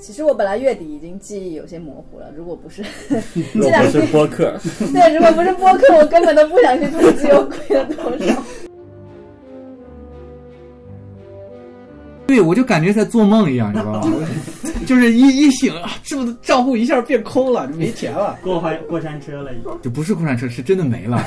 其实我本来月底已经记忆有些模糊了，如果不是 这如果两不是天，播客，对，如果不是播客，我根本都不想去统计我亏了多少。对，我就感觉在做梦一样，你知道吗？ 就是一一醒啊，是不是账户一下变空了，没钱了？过花过山车了已经。就不是共产车，是真的没了。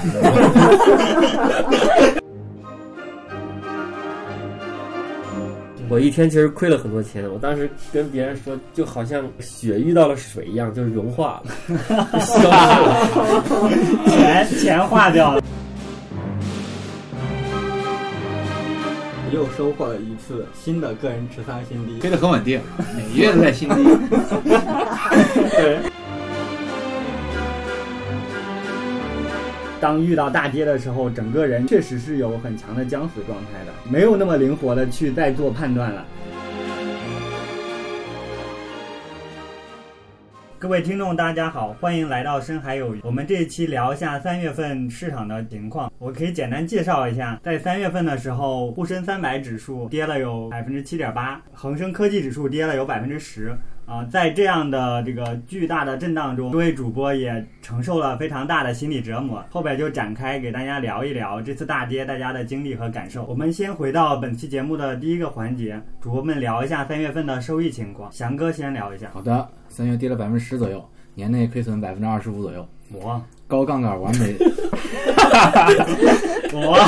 我一天其实亏了很多钱，我当时跟别人说，就好像雪遇到了水一样，就融化了，就消失了。钱钱花掉了。又收获了一次新的个人持仓新 低。飞得很稳定， 每月都在新低。当遇到大跌的时候，整个人确实是有很强的僵死状态的，没有那么灵活的去再做判断了。各位听众，大家好，欢迎来到深海有鱼。我们这一期聊一下三月份市场的情况。我可以简单介绍一下，在三月份的时候，沪深三百指数跌了有百分之七点八，恒生科技指数跌了有百分之十。啊、在这样的这个巨大的震荡中，各位主播也承受了非常大的心理折磨。后边就展开给大家聊一聊这次大跌大家的经历和感受。我们先回到本期节目的第一个环节，主播们聊一下三月份的收益情况。翔哥先聊一下， 好的，三月跌了百分之十左右，年内亏损百分之二十五左右，我高杠杆完 美，我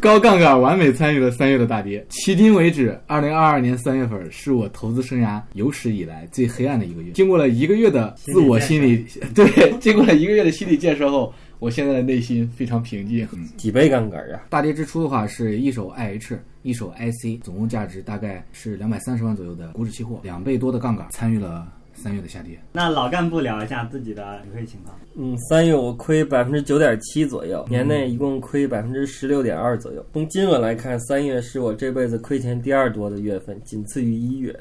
高杠杆完美参与了三月的大跌。迄今为止，二零二二年三月份是我投资生涯有史以来最黑暗的一个月。经过了一个月的自我心理， 对，经过了一个月的心理建设后，我现在的内心非常平静。嗯几倍杠杆啊！大跌之初的话，是一手 IH，一手 IC，总共价值大概是两百三十万左右的股指期货，两倍多的杠杆参与了三月的下跌。那老干部聊一下自己的理亏情况。嗯，三月我亏百分之九点七左右，年内一共亏百分之十六点二左右。从金额来看，三月是我这辈子亏钱第二多的月份，仅次于一月。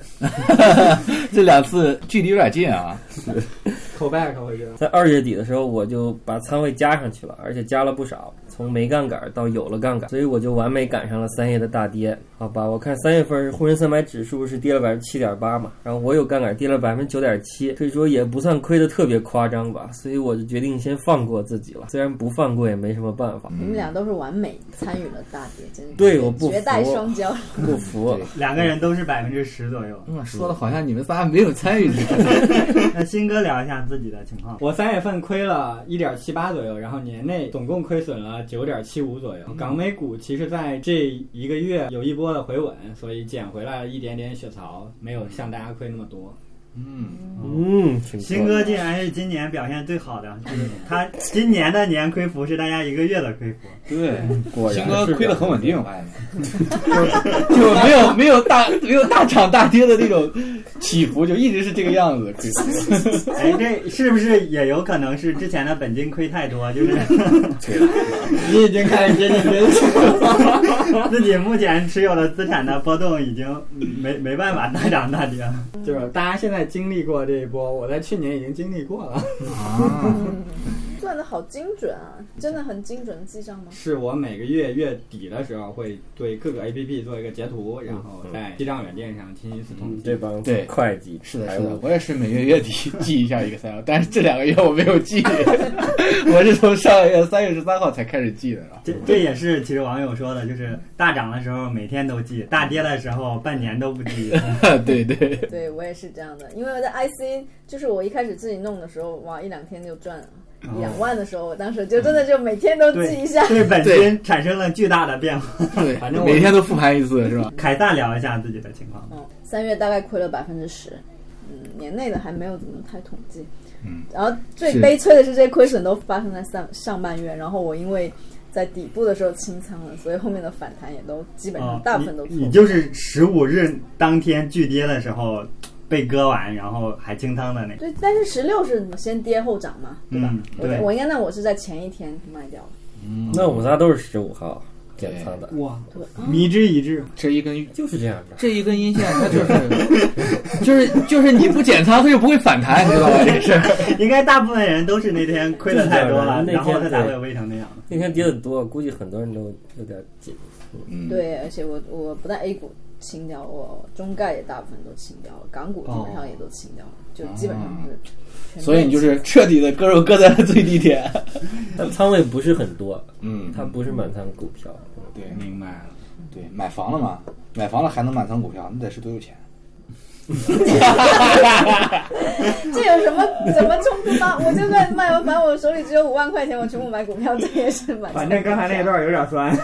这两次距离有点近啊，扣 back 回去了，在二月底的时候，我就把仓位加上去了，而且加了不少，从没杠杆到有了杠杆，所以我就完美赶上了三月的大跌。好吧，我看三月份是沪深三百指数是跌了百分之七点八嘛，然后我有杠杆跌了百分之九点七，可以说也不算亏得特别夸张吧，所以我就决定先放过自己了。虽然不放过也没什么办法， 嗯你们俩都是完美参与了大跌，真是对我不服绝代双骄。嗯不服。两个人都是百分之十左右。嗯说的好像你们仨没有参与 似的。那新哥聊一下自己的情况。我三月份亏了一点七八左右，然后年内总共亏损了九点七五左右。港美股其实在这一个月有一波的回稳，所以捡回来了一点点血槽，没有像大家亏那么多。嗯，嗯，挺不错新哥竟然是今年表现最好的，就是他今年的年亏幅是大家一个月的亏幅。对，果然星哥是亏得的很稳定，我发现，就就没有没有大没有大涨大跌的那种起伏，就一直是这个样子亏损。哎，这是不是也有可能是之前的本金亏太多，就是 你已经开始接近真实了。 自己目前持有的资产的波动已经没没办法大涨大跌了。就是大家现在经历过这一波，我在去年已经经历过了。啊，算的好精准啊，真的很精准的记账吗？是我每个月月底的时候会对各个 APP 做一个截图，然后在记账软件上进行一次统嗯计这。 帮对会计是的，财是的务，我也是每月月底 记一下 Excel，但是这两个月我没有 记，我是从上个月三月十三号才开始记的啊。这这也是其实网友说的，就是大涨的时候每天都记，大跌的时候半年都不记。 对对，对我也是这样的，因为我在 IC，就是我一开始自己弄的时候，哇，一两天就赚了。哦一两万的时候，我当时就真的就每天都记一下，对本金产生了巨大的变化。 对，反正我每天都复盘一次是吧？凯撒聊一下自己的情况。嗯，三月大概亏了百分之十，嗯，年内的还没有怎么太统计。嗯，然后最是悲催的是，这些亏损都发生在上上半月，然后我因为在底部的时候清仓了，所以后面的反弹也都基本上哦，大部分都错你过。你就是十五日当天巨跌的时候被割完，然后还清仓的那个。对，但是十六是先跌后涨嘛，对吧？嗯我对我应该那我是在前一天卖掉了。那我们仨都是十五号减仓的，哇，对，迷之一致。这一根就是这样的。这一根阴线，它就是就是就是你不减仓，它就不会反弹，你知道吧？这个事儿。应该大部分人都是那天亏的太多了，就是这样的然后那他天才会微成那样的。那天跌的多，估计很多人都有点紧。 嗯，对，而且我我不但 A 股清掉，我中概也大部分都清掉了，港股基本上也都清掉了，就基本上是全面哦清。所以你就是彻底的割肉割在了最低 点。但仓位不是很多，嗯，它不是满仓股票。对明白了。对，买房了嘛，买房了还能满仓股票，那得是多有钱。这有什么怎么冲突吗？我就算卖完房，我手里只有五万块钱，我全部买股票，这也是买。反正刚才那一段有点酸。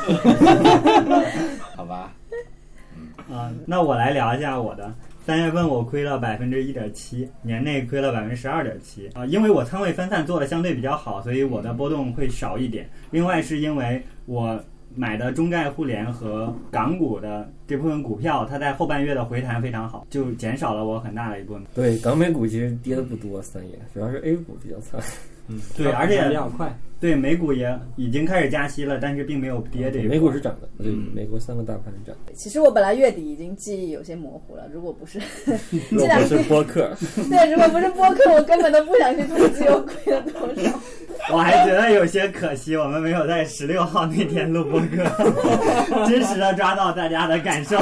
好吧，啊，那我来聊一下我的。三月份我亏了百分之一点七，年内亏了百分之十二点七啊，因为我仓位分散做的相对比较好，所以我的波动会少一点。另外是因为我买的中概互联和港股的这部分股票，它在后半月的回弹非常好，就减少了我很大的一部分。对，港美股其实跌的不多，三月主要是 A 股比较惨。对，而且比较快。对美股也已经开始加息了，但是并没有跌这一美波股是涨的，对，美国三个大盘涨。其实我本来月底已经记忆有些模糊了，如果不是 这若两不是天播客，对，如果不是播客，我根本都不想去统计我亏了多少。 我还觉得有些可惜，我们没有在十六号那天录播客，真实的抓到大家的感受。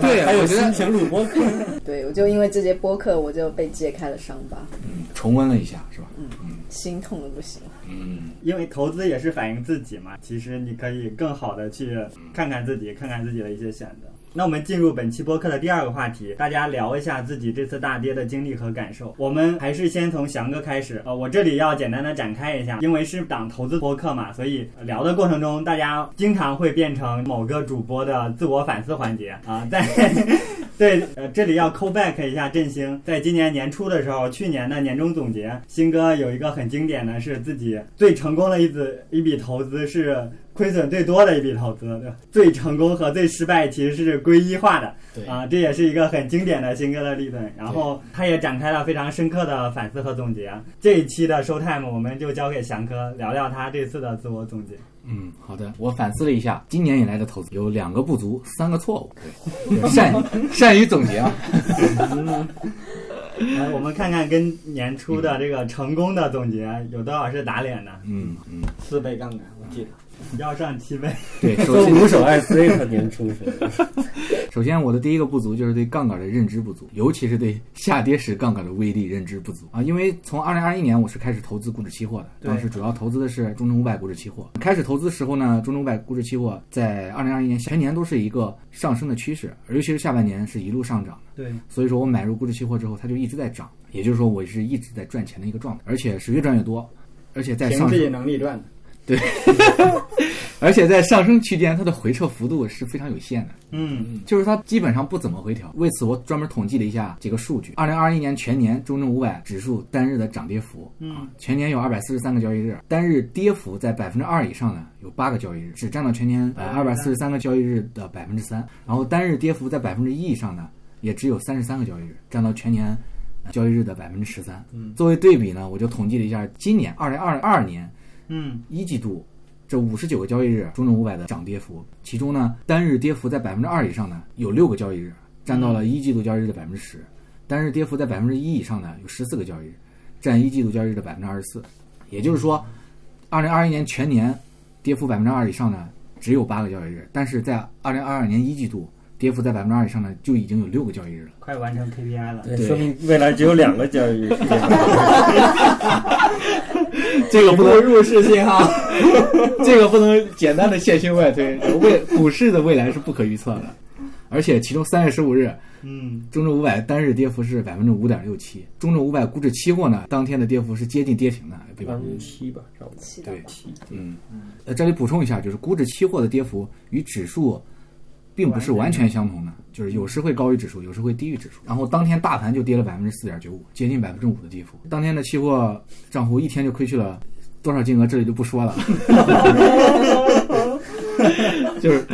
对，还有我觉心得情录播 客。对，我就因为这节播客，我就被揭开了伤疤，嗯，重温了一下是吧？嗯心痛的不行。嗯，因为投资也是反映自己嘛，其实你可以更好的去看看自己，看看自己的一些选择。那我们进入本期播客的第二个话题，大家聊一下自己这次大跌的经历和感受。我们还是先从翔哥开始，呃，我这里要简单的展开一下，因为是档投资播客嘛，所以聊的过程中，大家经常会变成某个主播的自我反思环节啊，在对，呃，这里要 call back 一下振兴，在今年年初的时候，去年的年终总结，新哥有一个很经典的是自己最成功的一次一笔投资是亏损最多的一笔投资，对吧最成功和最失败其实是归一化的，对啊，这也是一个很经典的新哥的例论。然后他也展开了非常深刻的反思和总结。这一期的 show time 我们就交给翔哥聊聊他这次的自我总结。嗯，好的，我反思了一下，今年以来的投资有两个不足，三个错误，对，善 于善于总结啊嘛，来，我们看看跟年初的这个成功的总结有多少是打脸的，嗯嗯，四倍杠杆，我记得。要上七倍。对，首周先五 手爱所以他年初是。首先，我的第一个不足就是对杠杆的认知不足，尤其是对下跌时杠杆的威力认知不足啊。因为从二零二一年我是开始投资股指期货的，对当时主要投资的是中证五百股指期货。开始投资时候呢，中证五百股指期货在二零二一年全年都是一个上升的趋势，尤其是下半年是一路上涨的。对，所以说我买入股指期货之后，它就一直在涨，也就是说我是一直在赚钱的一个状态，而且是越赚越多，而且在凭上自升己能力赚的。而且在上升区间，它的回撤幅度是非常有限的。嗯。就是它基本上不怎么回调。为此，我专门统计了一下几个数据：二零二一年全年中证五百指数单日的涨跌幅，啊，全年有二百四十三个交易日，单日跌幅在百分之二以上的有八个交易日，只占到全年呃二百四十三个交易日的百分之三。然后单日跌幅在百分之一以上的也只有三十三个交易日，占到全年呃交易日的百分之十三。作为对比呢，我就统计了一下今年二零二二年嗯一季度这五十九个交易日，中证五百的涨跌幅，其中呢，单日跌幅在百分之二以上的有六个交易日，占到了一季度交易日的百分之十；单日跌幅在百分之一以上的有十四个交易日，占一季度交易日的百分之二十四。也就是说，二零二一年全年跌幅百分之二以上的只有八个交易日，但是在二零二二年一季度跌幅在百分之二以上的就已经有六个交易日了。，快完成 KPI 了。对，说明未来只有两个交易日世界上。这个不能入市信号。 这个不能简单的线性外推，未股市的未来是不可预测的。而且，其中三月十五日，嗯，中证五百单日跌幅是百分之五点六七，中证五百股指期货呢，当天的跌幅是接近跌停的，对百吧？分之七吧，差不多。气到对 爆，嗯，呃，这里补充一下，就是股指期货的跌幅与指数并不是完全相同的，就是有时会高于指数，有时会低于指数。然后当天大盘就跌了百分之四点九五，接近百分之五的跌幅。当天的期货账户一天就亏去了多少金额，这里就不说了。 就是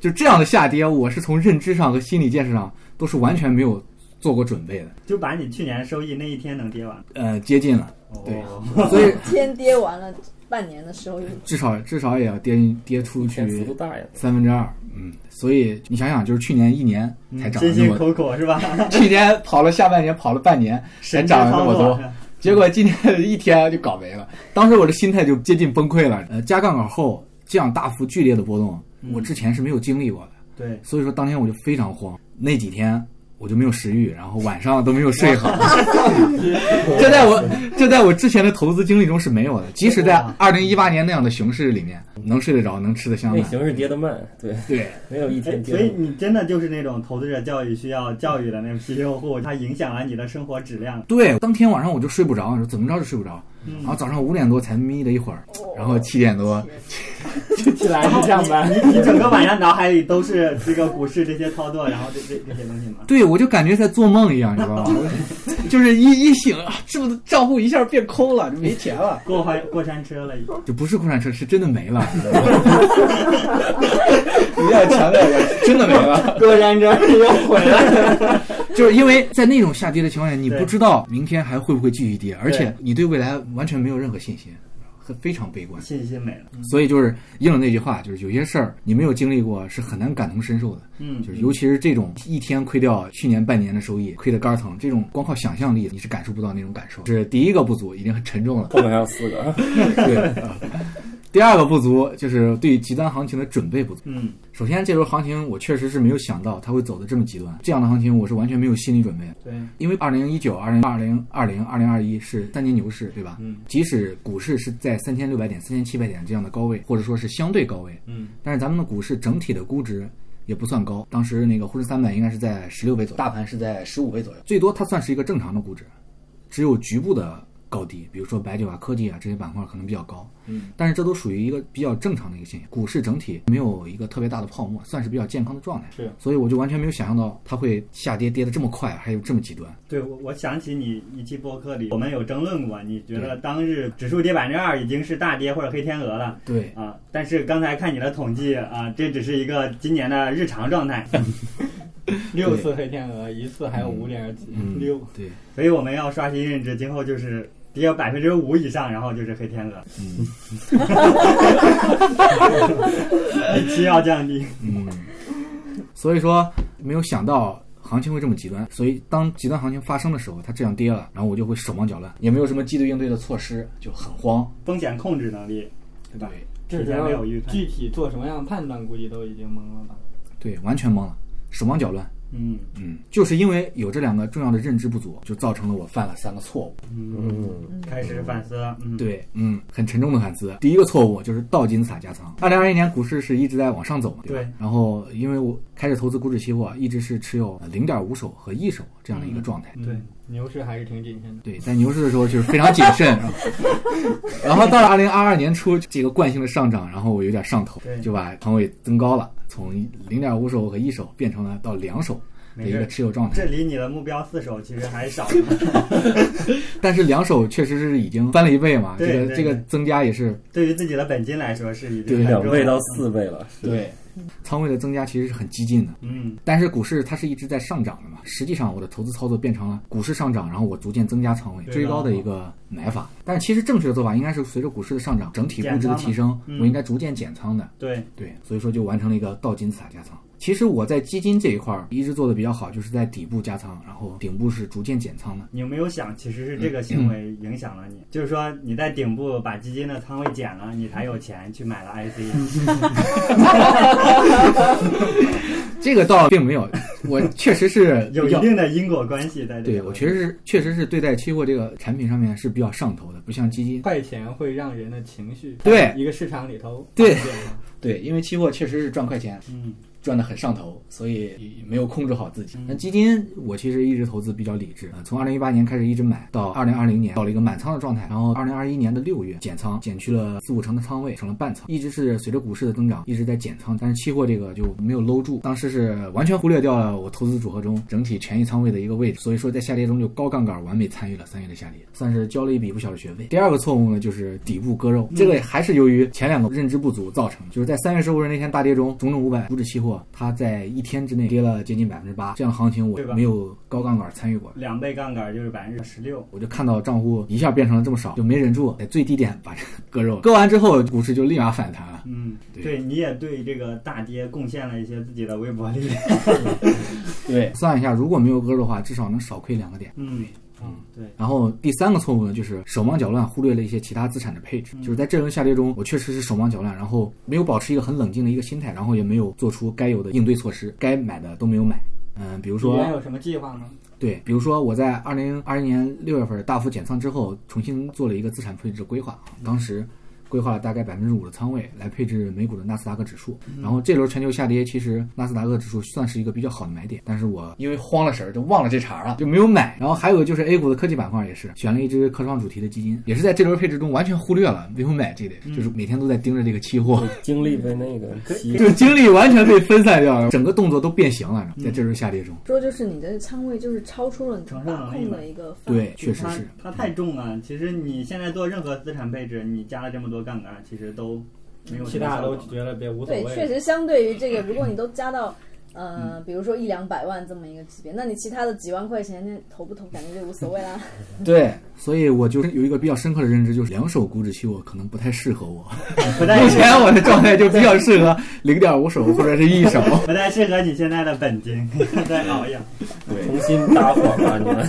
就这样的下跌，我是从认知上和心理建设上都是完全没有做过准备的。就把你去年收益那一天能跌完。呃，接近了，对哦， 所以天跌完了半年的收益，至少至少也要跌跌出天幅去度大呀，三分之二。嗯，所以你想想，就是去年一年嗯才涨了辛那辛么，苦苦是吧？ 去年跑了下半年，跑了半年，才神之涨了那操么作多，结果今天一天就搞没了，当时我的心态就接近崩溃了。呃，加杠杆后这样大幅剧烈的波动，嗯我之前是没有经历过的，对，所以说当天我就非常慌，那几天。我就没有食欲，然后晚上都没有睡 好，这在我这在我之前的投资经历中是没有的。即使在二零一八年那样的熊市里面，能睡得着，能吃得香那的，形势跌得慢，对，对，没有一天哎跌所得以慢。你真的就是那种投资者教育需要教育的那批用户， 它影响了你的生活 质量。对，当天晚上我就睡不着，说怎么着就睡不着，然后嗯，早上五点多才眯了一会儿，然后七点多，起来去上班。你整个晚上脑海里都是这个股市这些操作，然后这这这些东西吗？对我就感觉在做梦一样，你知道 吗？我就是一一醒啊，是不是账户一下变空了，就没钱了？过怀过山车了已经。就不是共产车，是真的没了，一定要强调一下， 真的没了。过山车又回来了， 就是因为在那种下跌的情况下，你不对知道明天还会不会继续跌，而且对你对未来完全没有任何信心，很非常悲观。信心没了，所以就是应了那句话，就是有些事儿你没有经历过，是很难感同身受的。嗯，就是尤其是这种一天亏掉去年半年的收益，亏得肝疼，这种光靠想象力你是感受不到那种感受。这是第一个不足，已经很沉重了。后面还有四个啊，对。啊第二个不足就是对极端行情的准备不足。嗯，首先，这轮行情我确实是没有想到它会走的这么极端，这样的行情我是完全没有心理准备的。对，因为二零一九、二零二零、二零二零二一是三年牛市，对吧？嗯。即使股市是在三千六百点、三千七百点这样的高位，或者说是相对高位，嗯，但是咱们的股市整体的估值也不算高，当时那个沪深三百应该是在十六倍左右，大盘是在十五倍左右，最多它算是一个正常的估值，只有局部的高低，比如说白酒啊、科技啊这些板块可能比较高，嗯，但是这都属于一个比较正常的一个现象，股市整体没有一个特别大的泡沫，算是比较健康的状态，是，所以我就完全没有想象到它会下跌，跌得这么快，还有这么极端，对我我想起你一期播客里，我们有争论过，你觉得当日指数跌百分之二已经是大跌或者黑天鹅了对，啊？但是刚才看你的统计啊，这只是一个今年的日常状态，嗯六次黑天鹅，一次还有五点几嗯，六，对，所以我们要刷新认知，今后就是跌百分之五以上，然后就是黑天鹅，嗯预期要降低。嗯，所以说没有想到行情会这么极端，所以当极端行情发生的时候，它这样跌了，然后我就会手忙脚乱，也没有什么应对应对的措施，就很慌，风险控制能力，对吧？这之时前没有候预判。具体做什么样的判断，估计都已经懵了吧？对，完全懵了，手忙脚乱。嗯嗯，就是因为有这两个重要的认知不足，就造成了我犯了三个错误。嗯，嗯，开始反思了。嗯，，对，嗯，很沉重的反思。第一个错误就是倒金字塔加仓。二零二一年股市是一直在往上走嘛，吧对然后因为我开始投资股指期货，一直是持有零点五手和一手这样的一个状态。对嗯，牛市还是挺谨慎的。对，在牛市的时候就是非常谨慎，然后 然后到了二零二二年初，这个惯性的上涨，然后我有点上头对，就把仓位增高了，从零点五手和一手变成了到两手的没一个事。持有状这态。离你的目标四手其实还少。但是两手确实是已经翻了一倍嘛，对这个对这个对增加也是对于自己的本金来说是已经对很两重倍要到了。四倍了，是对仓位的增加其实是很激进的。嗯，但是股市它是一直在上涨的嘛，实际上我的投资操作变成了股市上涨，然后我逐渐增加仓位，对追高的一个买法。但是其实正确的做法应该是随着股市的上涨，整体估值的提升，嗯我应该逐渐减仓的。对，对，所以说就完成了一个倒金字塔加仓。其实我在基金这一块儿一直做的比较好，就是在底部加仓，然后顶部是逐渐减仓的。你有没有想，其实是这个嗯行为影响了你？就是说，你在顶部把基金的仓位减了，你才有钱去买了嗯 IC。这个倒并没有，我确实 是 有比一较定的因果关系在这里。对我确实是确实是对待期货这个产品上面是比较上头的，不像基金。快钱会让人的情绪对在一个市场里头对变化对，因为期货确实是赚快钱，嗯，赚得很上头，所以没有控制好自己。那基金我其实一直投资比较理智，呃、从二零一八年开始一直买到二零二零年，到了一个满仓的状态，然后二零二一年的六月减仓，减去了四五成的仓位，成了半仓，一直是随着股市的增长一直在减仓，但是期货这个就没有搂住，当时是完全忽略掉了我投资组合中整体权益仓位的一个位置，所以说在下跌中就高杠杆完美参与了三月的下跌，算是交了一笔不小的学费。第二个错误呢就是底部割嗯肉，这个还是由于前两个认知不足造成的，就是在三月十五日那天大跌中，中证五百股指期货它在一天之内跌了接近百分之八，这样的行情我对吧没有高杠杆参与过。两倍杠杆就是百分之十六。我就看到账户一下变成了这么少，就没忍住，在最低点把这 个割肉，割完之后股市就立马反弹了。嗯，对对，你也对这个大跌贡献了一些自己的微薄力量。对，算一下，如果没有割肉的话，至少能少亏两个点。嗯，嗯，对，然后第三个错误呢，就是手忙脚乱，忽略了一些其他资产的配置。就是在这轮下跌中，我确实是手忙脚乱，然后没有保持一个很冷静的一个心态，然后也没有做出该有的应对措施，该买的都没有买。嗯，比如你说原有什么计划吗？对，比如说我在二零二一年六月份大幅减仓之后，重新做了一个资产配置规划，啊当时规划了大概百分之五的仓位来配置美股的纳斯达克指数。然后这轮全球下跌，其实纳斯达克指数算是一个比较好的买点，但是我因为慌了神儿，就忘了这茬儿了，就没有买。然后还有就是 A 股的科技板块也是，选了一只科创主题的基金，也是在这轮配置中完全忽略了没有买这一点，就是每天都在盯着这个期货。精力被那个 吸就精力完全被分散掉了，整个动作都变形了，在这轮下跌中。说就是你的仓位就是超出了你把控的一个范围对，，确实是。嗯它它太重了。其实你现在做任何资产配置，你加了这么多杠杆，其实都没有其什么他效都果。觉得别无所对，谓。确实相对于这个，如果你都加到。呃，比如说一两百万这么一个级别，那你其他的几万块钱，那投不投感觉就无所谓啦。对，所以我就是有一个比较深刻的认知，就是两手股指期货可能不太适合我。不太目前我的状态就比较适 合零点五手或者是一手。不太适合你现在的本金， 在 熬夜。重新搭伙吧，你们。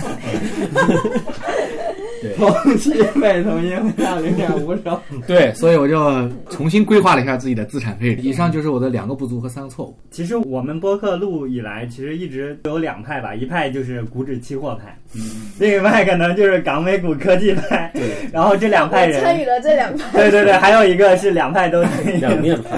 同期被同音会到零点五手，对，所以我就重新规划了一下自己的资产配置。以上就是我的两个不足和三个错误。其实我们播客录以来，其实一直有两派吧，一派就是股指期货派，嗯另一派可能就是港美股科技派。然后这两 我派参人，与了这两派，对对对，还有一个是两派都参与两面派，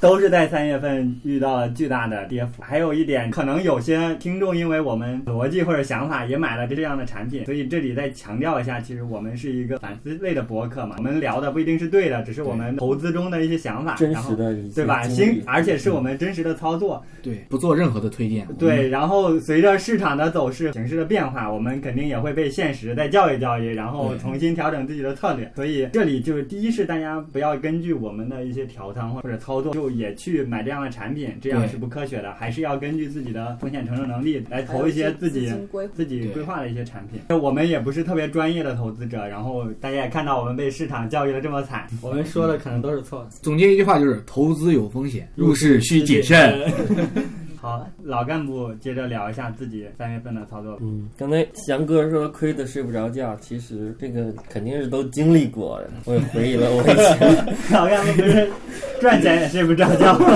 都是在三月份遇到了巨大的跌幅。还有一点，可能有些听众因为我们逻辑或者想法也买了这样的产品，所以这里再强调一下，其实我们是一个反思类的博客嘛，我们聊的不一定是对的，只是我们投资中的一些想法，真然实后的一些对吧？经新历，而且嗯是我们真实的操作，对，不做任何的推荐。对。然后随着市场的走势、形势的变化，我们肯定也会被现实再教育教育，然后对重新调整自己的策略。所以这里就是第一是大家不要根据我们的一些调仓或者操作，就也去买这样的产品，这样对是不科学的。还是要根据自己的风险承受能力来还有投一些自己资金规划自己对规划的一些产品。我们也不是特别专业的投资者，然后大家也看到我们被市场教育的这么惨， 我们说的可能都是错的。总结一句话就是：投资有风险，入市需谨慎。。 好，老干部接着聊一下自己三月份的操作吧。嗯，刚才翔哥说亏的睡不着觉，其实这个肯定是都经历过的。我也回忆了我以前， 老干部不是赚钱也睡不着觉吗？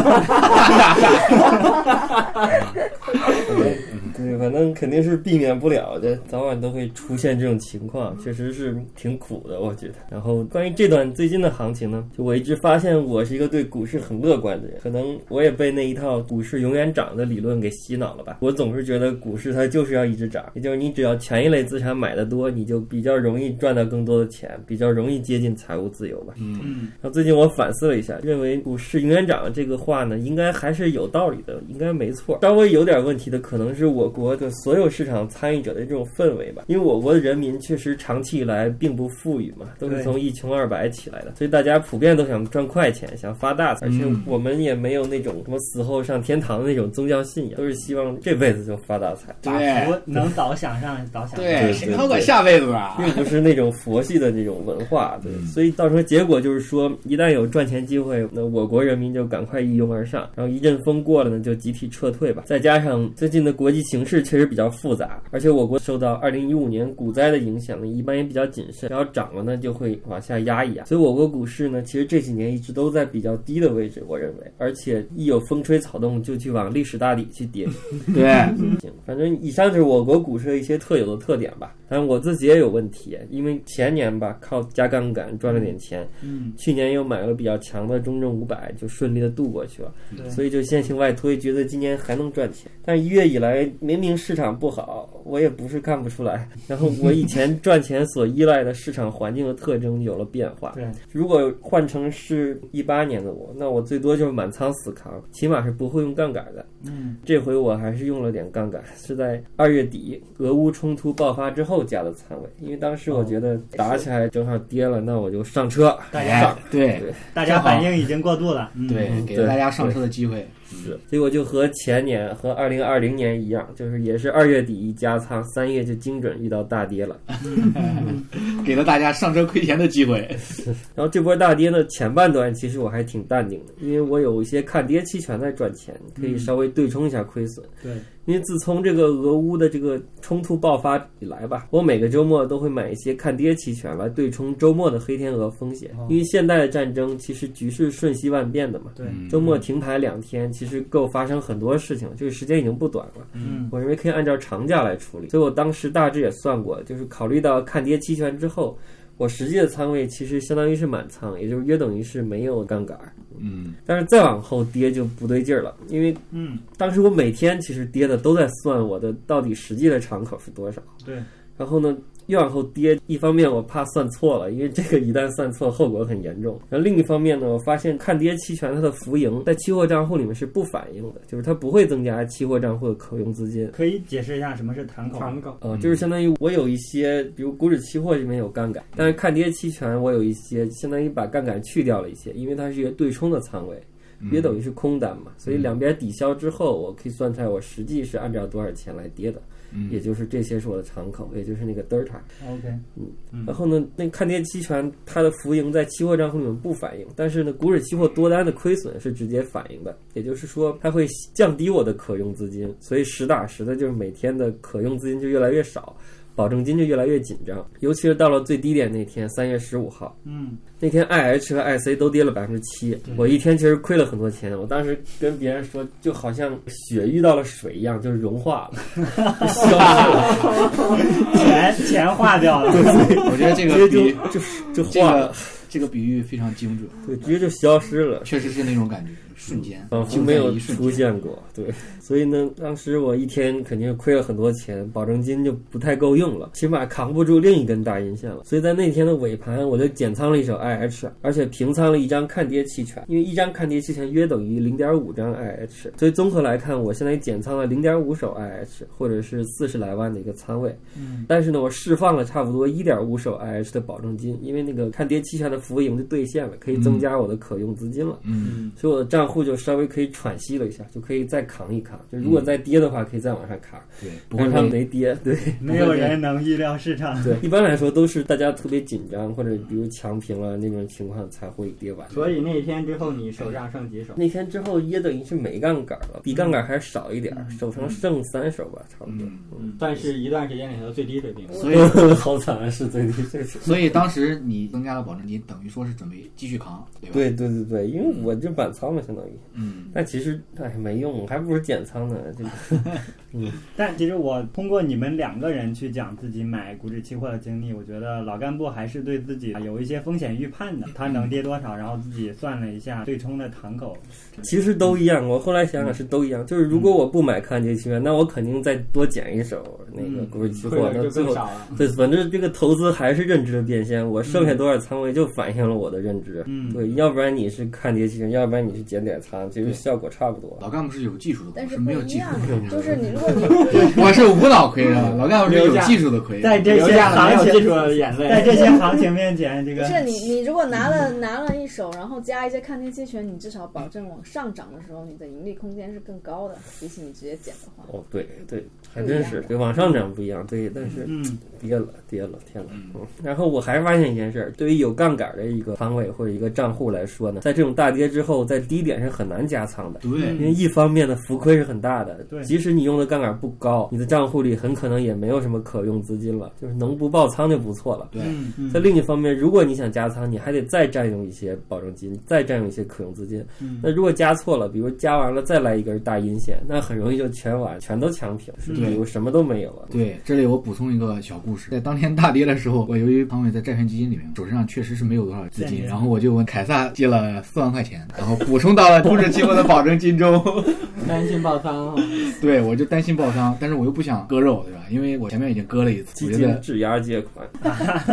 对，反正肯定是避免不了的，早晚都会出现这种情况，确实是挺苦的，我觉得。然后关于这段最近的行情呢，就我一直发现我是一个对股市很乐观的人，可能我也被那一套股市永远涨的理论给洗脑了吧。我总是觉得股市它就是要一直涨，也就是你只要前一类资产买的多，你就比较容易赚到更多的钱，比较容易接近财务自由吧。嗯，那最近我反思了一下，认为股市永远涨这个话呢，应该还是有道理的，应该没错。稍微有点问题的，可能是我国的所有市场参与者的这种氛围吧，因为我国的人民确实长期以来并不富裕嘛，都是对从一穷二白起来的，所以大家普遍都想赚快钱，想发大财，而且嗯我们也没有那种什么死后上天堂的那种宗教信仰，都是希望这辈子就发大财。哎把福能早想上早想上。对谁能管下辈子啊？并不是那种佛系的那种文化，对，所以造成结果就是说，一旦有赚钱机会，那我国人民就赶快一拥而上，然后一阵风过了呢，就集体撤退吧。再加上最近的国际形势确实比较复杂，而且我国受到2015年股灾的影响呢，一般也比较谨慎，然后涨了呢就会往下压一压。所以我国股市呢，其实这几年一直都在比较低的位置，我认为，而且一有风吹草动就去往历史大底去跌， 对，哎嗯行，反正以上就是我国股市的一些特有的特点吧。当然我自己也有问题，因为前年吧靠加杠杆赚了点钱，嗯，去年又买了比较强的中证五百，就顺利的度过去了。对所以就线性外推，觉得今年还能赚钱。但一月以来，明明市场不好，我也不是看不出 来。然后我以前赚钱所依赖的市场环境的特征有了变化。对，如果换成是一八年的我，那我最多就是满仓死扛，起码是不会用杠杆的。嗯，这回我还是用了点杠杆，是在二月底俄乌冲突爆发之后加的仓位，因为当时我觉得打起来正好跌了，那我就上车。大家哎上，对对大家反应已经过度了。嗯，对，给了大家上车的机会。是，所以我就和前年和二零二零年一样，就是也是二月底一加仓，三月就精准遇到大跌了。给了大家上车亏钱的机会。然后这波大跌呢，前半段其实我还挺淡定的，因为我有一些看跌期权在赚钱，可以稍微对冲一下亏损。对，因为自从这个俄乌的这个冲突爆发以来吧，我每个周末都会买一些看跌期权来对冲周末的黑天鹅风险。因为现代的战争其实局势瞬息万变的嘛，对嗯周末停牌两天，其实够发生很多事情了，这个时间已经不短了。嗯，我认为可以按照长假来处理。所以我当时大致也算过，就是考虑到看跌期权之后，我实际的仓位其实相当于是满仓，也就是约等于是没有杠杆儿。嗯，但是再往后跌就不对劲儿了，因为嗯，当时我每天其实跌的都在算我的到底实际的敞口是多少。对。然后呢，越往后跌，一方面我怕算错了，因为这个一旦算错后果很严重。然后另一方面呢，我发现看跌期权它的浮盈在期货账户里面是不反映的，就是它不会增加期货账户的可用资金。可以解释一下什么是弹口狂搞。呃，就是相当于我有一些，比如股指期货这边有杠杆，但是看跌期权我有一些，相当于把杠杆去掉了一些，因为它是一个对冲的仓位，嗯也等于是空单嘛，所以两边抵消之后，我可以算出来我实际是按照多少钱来跌的，也就是这些是我的敞口，也就是那个 d i r t a OK，嗯然后呢，那看跌期权它的浮盈在期货账户里面不反映，但是呢，股指期货多单的亏损是直接反映的，也就是说它会降低我的可用资金，所以实打实的就是每天的可用资金就越来越少，保证金就越来越紧张，尤其是到了最低点那天，三月十五号。嗯，那天 IH 和 IC 都跌了百分之七，嗯我一天其实亏了很多钱。我当时跟别人说，就好像雪遇到了水一样，就是融化了，消失了，钱 钱化掉了， 我觉得这直接就个比就就这化了。个这个比喻非常精准，对，直接就消失了，确实是那种感觉，瞬间仿，佛就在没有一瞬出间。现过。对，所以呢，当时我一天肯定亏了很多钱，保证金就不太够用了，起码扛不住另一根大阴线了。所以在那天的尾盘，我就减仓了一手 IH，而且平仓了一张看跌期权，因为一张看跌期权约等于零点五张 IH，所以综合来看，我现在减仓了零点五手 IH，或者是四十来万的一个仓位。嗯，但是呢，我释放了差不多一点五手 IH 的保证金，因为那个看跌期权的浮盈就兑现了，可以增加我的可用资金了。嗯，所以我的账户就稍微可以喘息了一下，就可以再扛一扛。就如果再跌的话，可以再往上扛。对，不但会是它被没跌，对 没有人能预料市场。对。一般来说都是大家特别紧张或者比如强平了那种情况才会跌完。所以那一天之后，你手上剩几手？那天之后约等于是没杠杆了，比杠杆还少一点儿，手上剩三手吧，差不多。但是一段时间里头最低水平。嗯所以 好惨啊，是最低水平。 所以当时你增加了保证金，等于说是准备继续扛，对吧？对对对对，因为我这满仓嘛，相当于，嗯，但其实哎没用，还不如减仓呢。这个但其实我通过你们两个人去讲自己买股指期货的经历，我觉得老干部还是对自己有一些风险预判嗯的。他能跌多少，然后自己算了一下对冲的堂口。其实都一样，我后来想想是都一样，就是如果我不买看跌期权，那我肯定再多捡一手那个股指期亏货，的那就最更后少了，对，反正这个投资还是认知的变现，我剩下多少仓位就反映了我的认知。嗯对，要不然你是看跌期权，要不然你是减点仓，其实效果差不多。老干部是有技术的，但我是是不没有一技术样的，亏，，就是你如果你 我是无脑亏的，老干部是有技术的亏。在这留些下了没行有技术情，的眼在泪。这些行情面前，这 不个是你你如果拿了拿了一手，然后加一些看跌期权，你至少保证往上涨的时候，你的盈利空间是更高的，比起你直接减的话。哦，对对，还真是对往上涨不一样，对，但是嗯，跌了跌了天了。嗯，然后我还发现一件事儿，对于有杠杆的一个仓位或者一个账户来说呢，在这种大跌之后，在低点是很难加仓的。对因为一方面的浮亏是很大的，对即使你用的杠杆不高，你的账户里很可能也没有什么可用资金了，就是能不爆仓就不错了。对，嗯在另一方面，如果你想加仓，你还得再占用一些保证金，再占用一些可用资金。那如果加错了，比如加完了再来一根大阴线，那很容易就全完，全都强平，是对比如什么都没有了。对，这里我补充一个小故事，在当天大跌的时候，我由于仓位在债券基金里面，手身上确实是没有多少资现金，金然后我就问凯撒借了四万块钱，然后补充到了股指期货的保证金 中。担心爆仓啊哦， 对，我就担心爆仓，但是我又不想割肉，对吧？因为我前面已经割了一次，基我觉金得质押借款，多还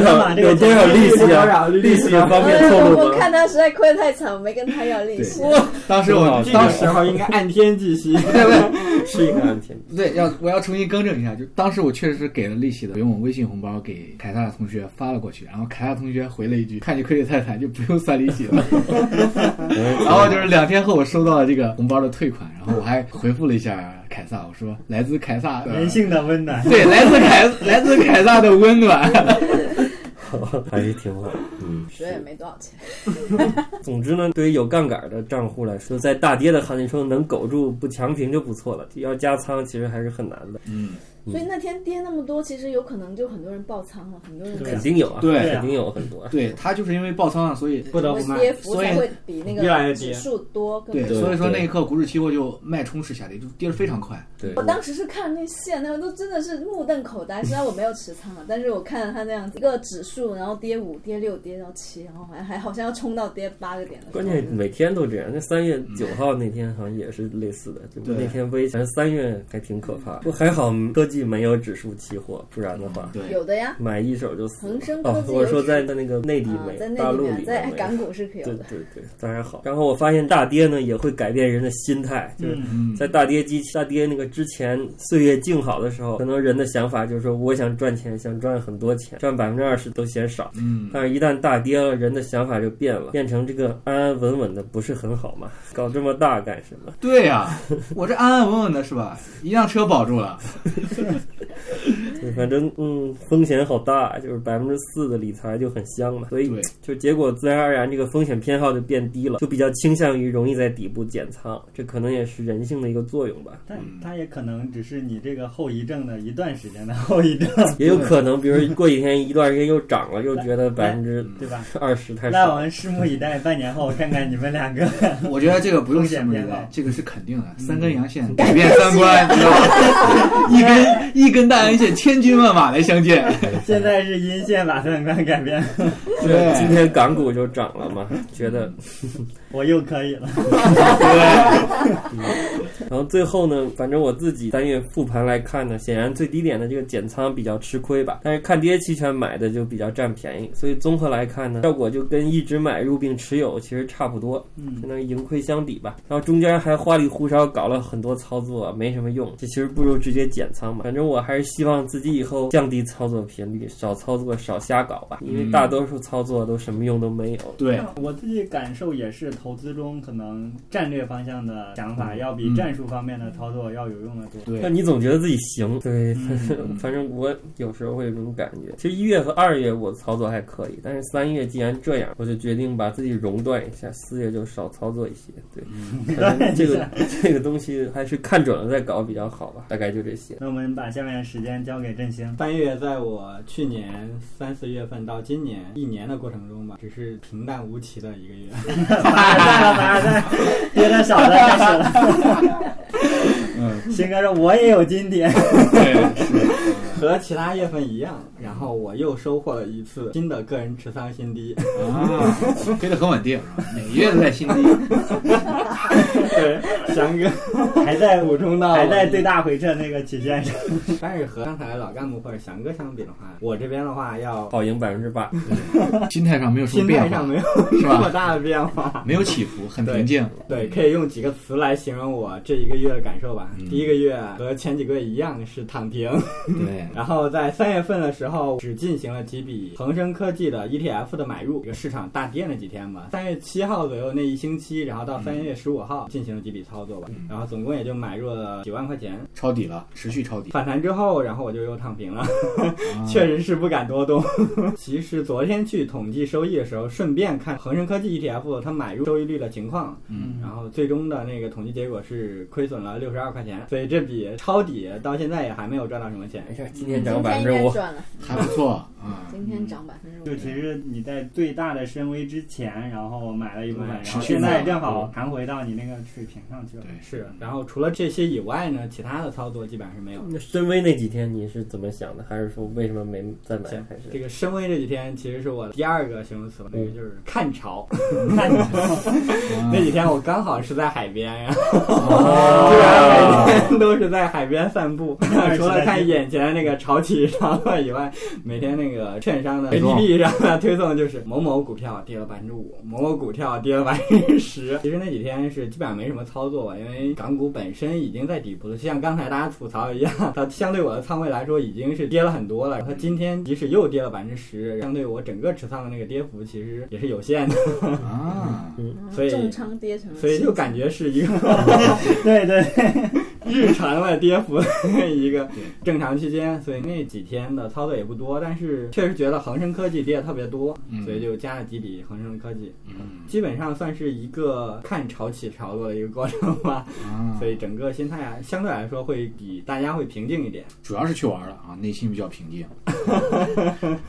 了嘛少这个有多少利息多啊？少利息利息 方面透我露我吗？看他实在亏得太惨，我没跟他要利息。当时我这个这个当时时候应该按天计息。对对，是一个安全。对，要我要重新更正一下，就当时我确实是给了利息的，用我微信红包给凯撒同学发了过去，然后凯撒同学回了一句：“看你亏得太惨，就不用算利息了。”然后 就是两天后我收到了这个红包的退款，然后我还回复了一下凯撒，我说：“来自凯撒的 人性的温暖。对，来自凯来自凯撒的温暖。 还是挺好。嗯，水也没多少钱。总之呢，对于有杠杆的账户来说，在大跌的行情中能苟住不强平就不错了。要加仓其实还是很难的，”所以那天跌那么多，其实有可能就很多人爆仓了，很多人对肯定有啊，对肯定有很多。对他就是因为爆仓了，所以不得不卖。跌幅才所会比那越来个越指低数多更对，多。所以说那一刻股指期货就脉冲式下跌，就跌得非常快。对我，当时是看那线，那个都真的是目瞪口呆。虽然我没有持仓啊，但是我看它那样子一个指数，然后跌五、跌六、跌到七，然后好像还好像要冲到跌八个点的时候。关键每天都这样。那三月九号那天好像也是类似的，就对那天危，反正三月还挺可怕。不过还好科技没有指数期货，不然的话对，有的呀，买一手就死了。恒生科哦，技有指数、我说在那个内地啊没，在大那陆里里面，在没港股是可以有对的。对对，当然好。然后我发现大跌呢也会改变人的心态，就是嗯，嗯，在大跌机大跌那个之前岁月静好的时候，可能人的想法就是说我想赚钱，想赚很多钱，赚百分之二十都嫌少。嗯，但是，一旦大跌了，人的想法就变了，变成这个安安稳稳的，不是很好嘛？搞这么大干什么？ 对呀、 我这安安稳稳的是吧？一辆车保住了。反正，嗯，风险好大，就是百分之四的理财就很香嘛。所以对，就结果自然而然这个风险偏好就变低了，就比较倾向于容易在底部减仓，这可能也是人性的一个作用吧。但它也可能只是你这个后遗症的一段时间的后遗症，也有可能，比如过几天一段时间又涨了，又觉得百分之嗯对吧？二十太哎那少我。们拭目以待，半年后看看你们 两个。我觉得这个不用风险拭目以偏待好，这个是肯定的。三根阳 线改变三观，你知道 吗？一根一根大阳线，千军万马来相见。现在是阴线把三观改 变，对，今天港股就涨了嘛，觉得我又可以了。然后最后呢，反正我自己单月复盘来看呢，显然最低点的这个减仓比较吃亏吧，但是看跌期权买的就比较占便宜，所以综合来看呢，效果就跟一直买入并持有其实差不多，嗯相，当于盈亏相抵吧。然后中间还花里胡哨搞了很多操作，没什么用，这其实不如直接减仓嘛。反正我还是希望自己以后降低操作频率，少操作，少瞎搞吧，因为大多数操作都什么用都没有。对，我自己感受也是，投资中可能战略方向的想法要比嗯战术方面的操作要有用的多。那对，你总觉得自己行，对，嗯反正我有时候会有这种感觉。其实一月和二月我操作还可以，但是三月既然这样，我就决定把自己熔断一下，四月就少操作一些。对，反正这个 这个东西还是看准了再搞比较好吧，大概就这些。那我们把下面的时间交给振 兴。三月，在我去年三四月份到今年一年的过程中吧，只是平淡无奇的一个月。马上马上，别的少的开始了。 嗯，新哥说我也有金点，对，和其他月份一样，然后我又收获了一次新的个人持仓新低。啊，飞得很稳定，啊，每个月都在新低。对，翔哥还在补充到还在最，大回撤那个曲线上。但是和刚才老干部或者翔哥相比的话，我这边的话要跑赢百分之八， 心态上没有什心么态变上化，没有是 这么吧？大的变化。没有起伏，很平静。对，可以用几个词来形容我这一个月的感受吧。嗯第一个月和前几个月一样是躺平，对，然后在三月份的时候，只进行了几笔恒生科技的 ETF 的买入，这个市场大跌那几天吧，三月七号左右那一星期，然后到三月十五号进行了几笔操作吧，然后总共也就买入了几万块钱。抄底了，持续抄底。反弹之后，然后我就又躺平了，啊确实是不敢多动。 其实昨天去统计收益的时候，顺便看恒生科技 ETF 它买入收益率的情况，嗯然后最终的那个统计结果是亏损了六十二块钱，所以这笔抄底到现在也还没有赚到什么钱。没事，哎今天今涨百天分应该之五，嗯赚了，还不错啊。今天涨百分之就五。其实你在最大的深 V 之前，然后买了一部分，然持后续现买在正好弹回到你那个水平上去了对。是，然后除了这些以外呢，其他的操作基本上是没有。那深威那几天你是怎么想的？还是说为什么没再买？行还是这个深 V 这几天其实是我第二个形容词，那个就是看潮。 那你那几天我刚好是在海边呀，哦对啊 都是在海边散 步，除了看眼前那个潮起潮落以外， 每天那个券商的 推送 APP 上的推送就是某某股票跌了百分之五，某某股票跌了百分之十。 其实那几天是基本上没什么操作，因为港股本身已经在底部了，就像刚才大家吐槽一样，它相对我的仓位来说已经是跌了很多了。它今天即使又跌了百分之十，相对我整个持仓的那个跌幅其实也是有限的，啊，所以嗯重仓跌成了所以就感觉是一个。对对对，日常的跌幅的 一个正常区间，所以那几天的操作也不多，但是确实觉得恒生科技跌的特别多，嗯所以就加了几笔恒生科技，嗯基本上算是一个看潮起潮落的一个过程吧，啊所以整个心态啊相对来说会比大家会平静一点。主要是去玩了啊，内心比较平 静，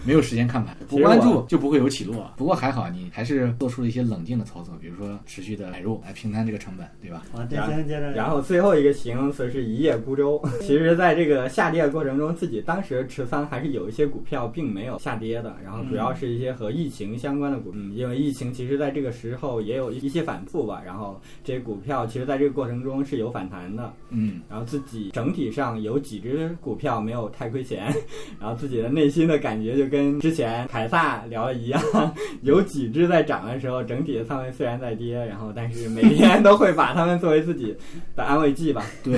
没有时间看盘，不其实我关注就不会有起落。不过还好，你还是做出了一些冷静的操作，比如说持续的买入来平摊这个成本，对吧？啊，这先接着聊。然后最后一个形容词是一叶孤舟。 其实，在这个下跌的过程中，自己当时持仓还是有一些股票并没有下跌的，然后主要是一些和疫情相关的股，嗯，因为疫情其实在这个时候也有一些反复吧，然后这些股票其实在这个过程中是有反弹的，嗯，然后自己整体上有几只股票没有太亏钱， 然后自己的内心的感觉就跟之前凯撒聊的一样， 有几只在涨的时候，整体的仓位虽然在跌，然后但是每天都会把它们作为自己的安慰剂吧。对，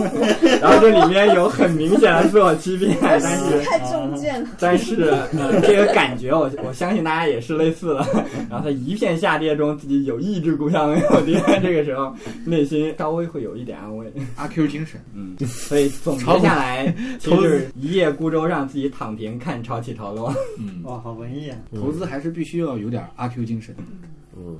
然后这里面有很明显的自我欺骗，但是太啊中箭了，但是呃，这个感觉我我相信大家也是类似的。 然后在一片下跌中，自己有一只股票没有跌，这个时候内心稍微会有一点安慰。阿 Q 精神，嗯，所以总结 下来，其实就是一叶孤舟，让自己躺平看潮起潮落。嗯，哇，好文艺啊！投资还是必须要有点阿 Q 精神。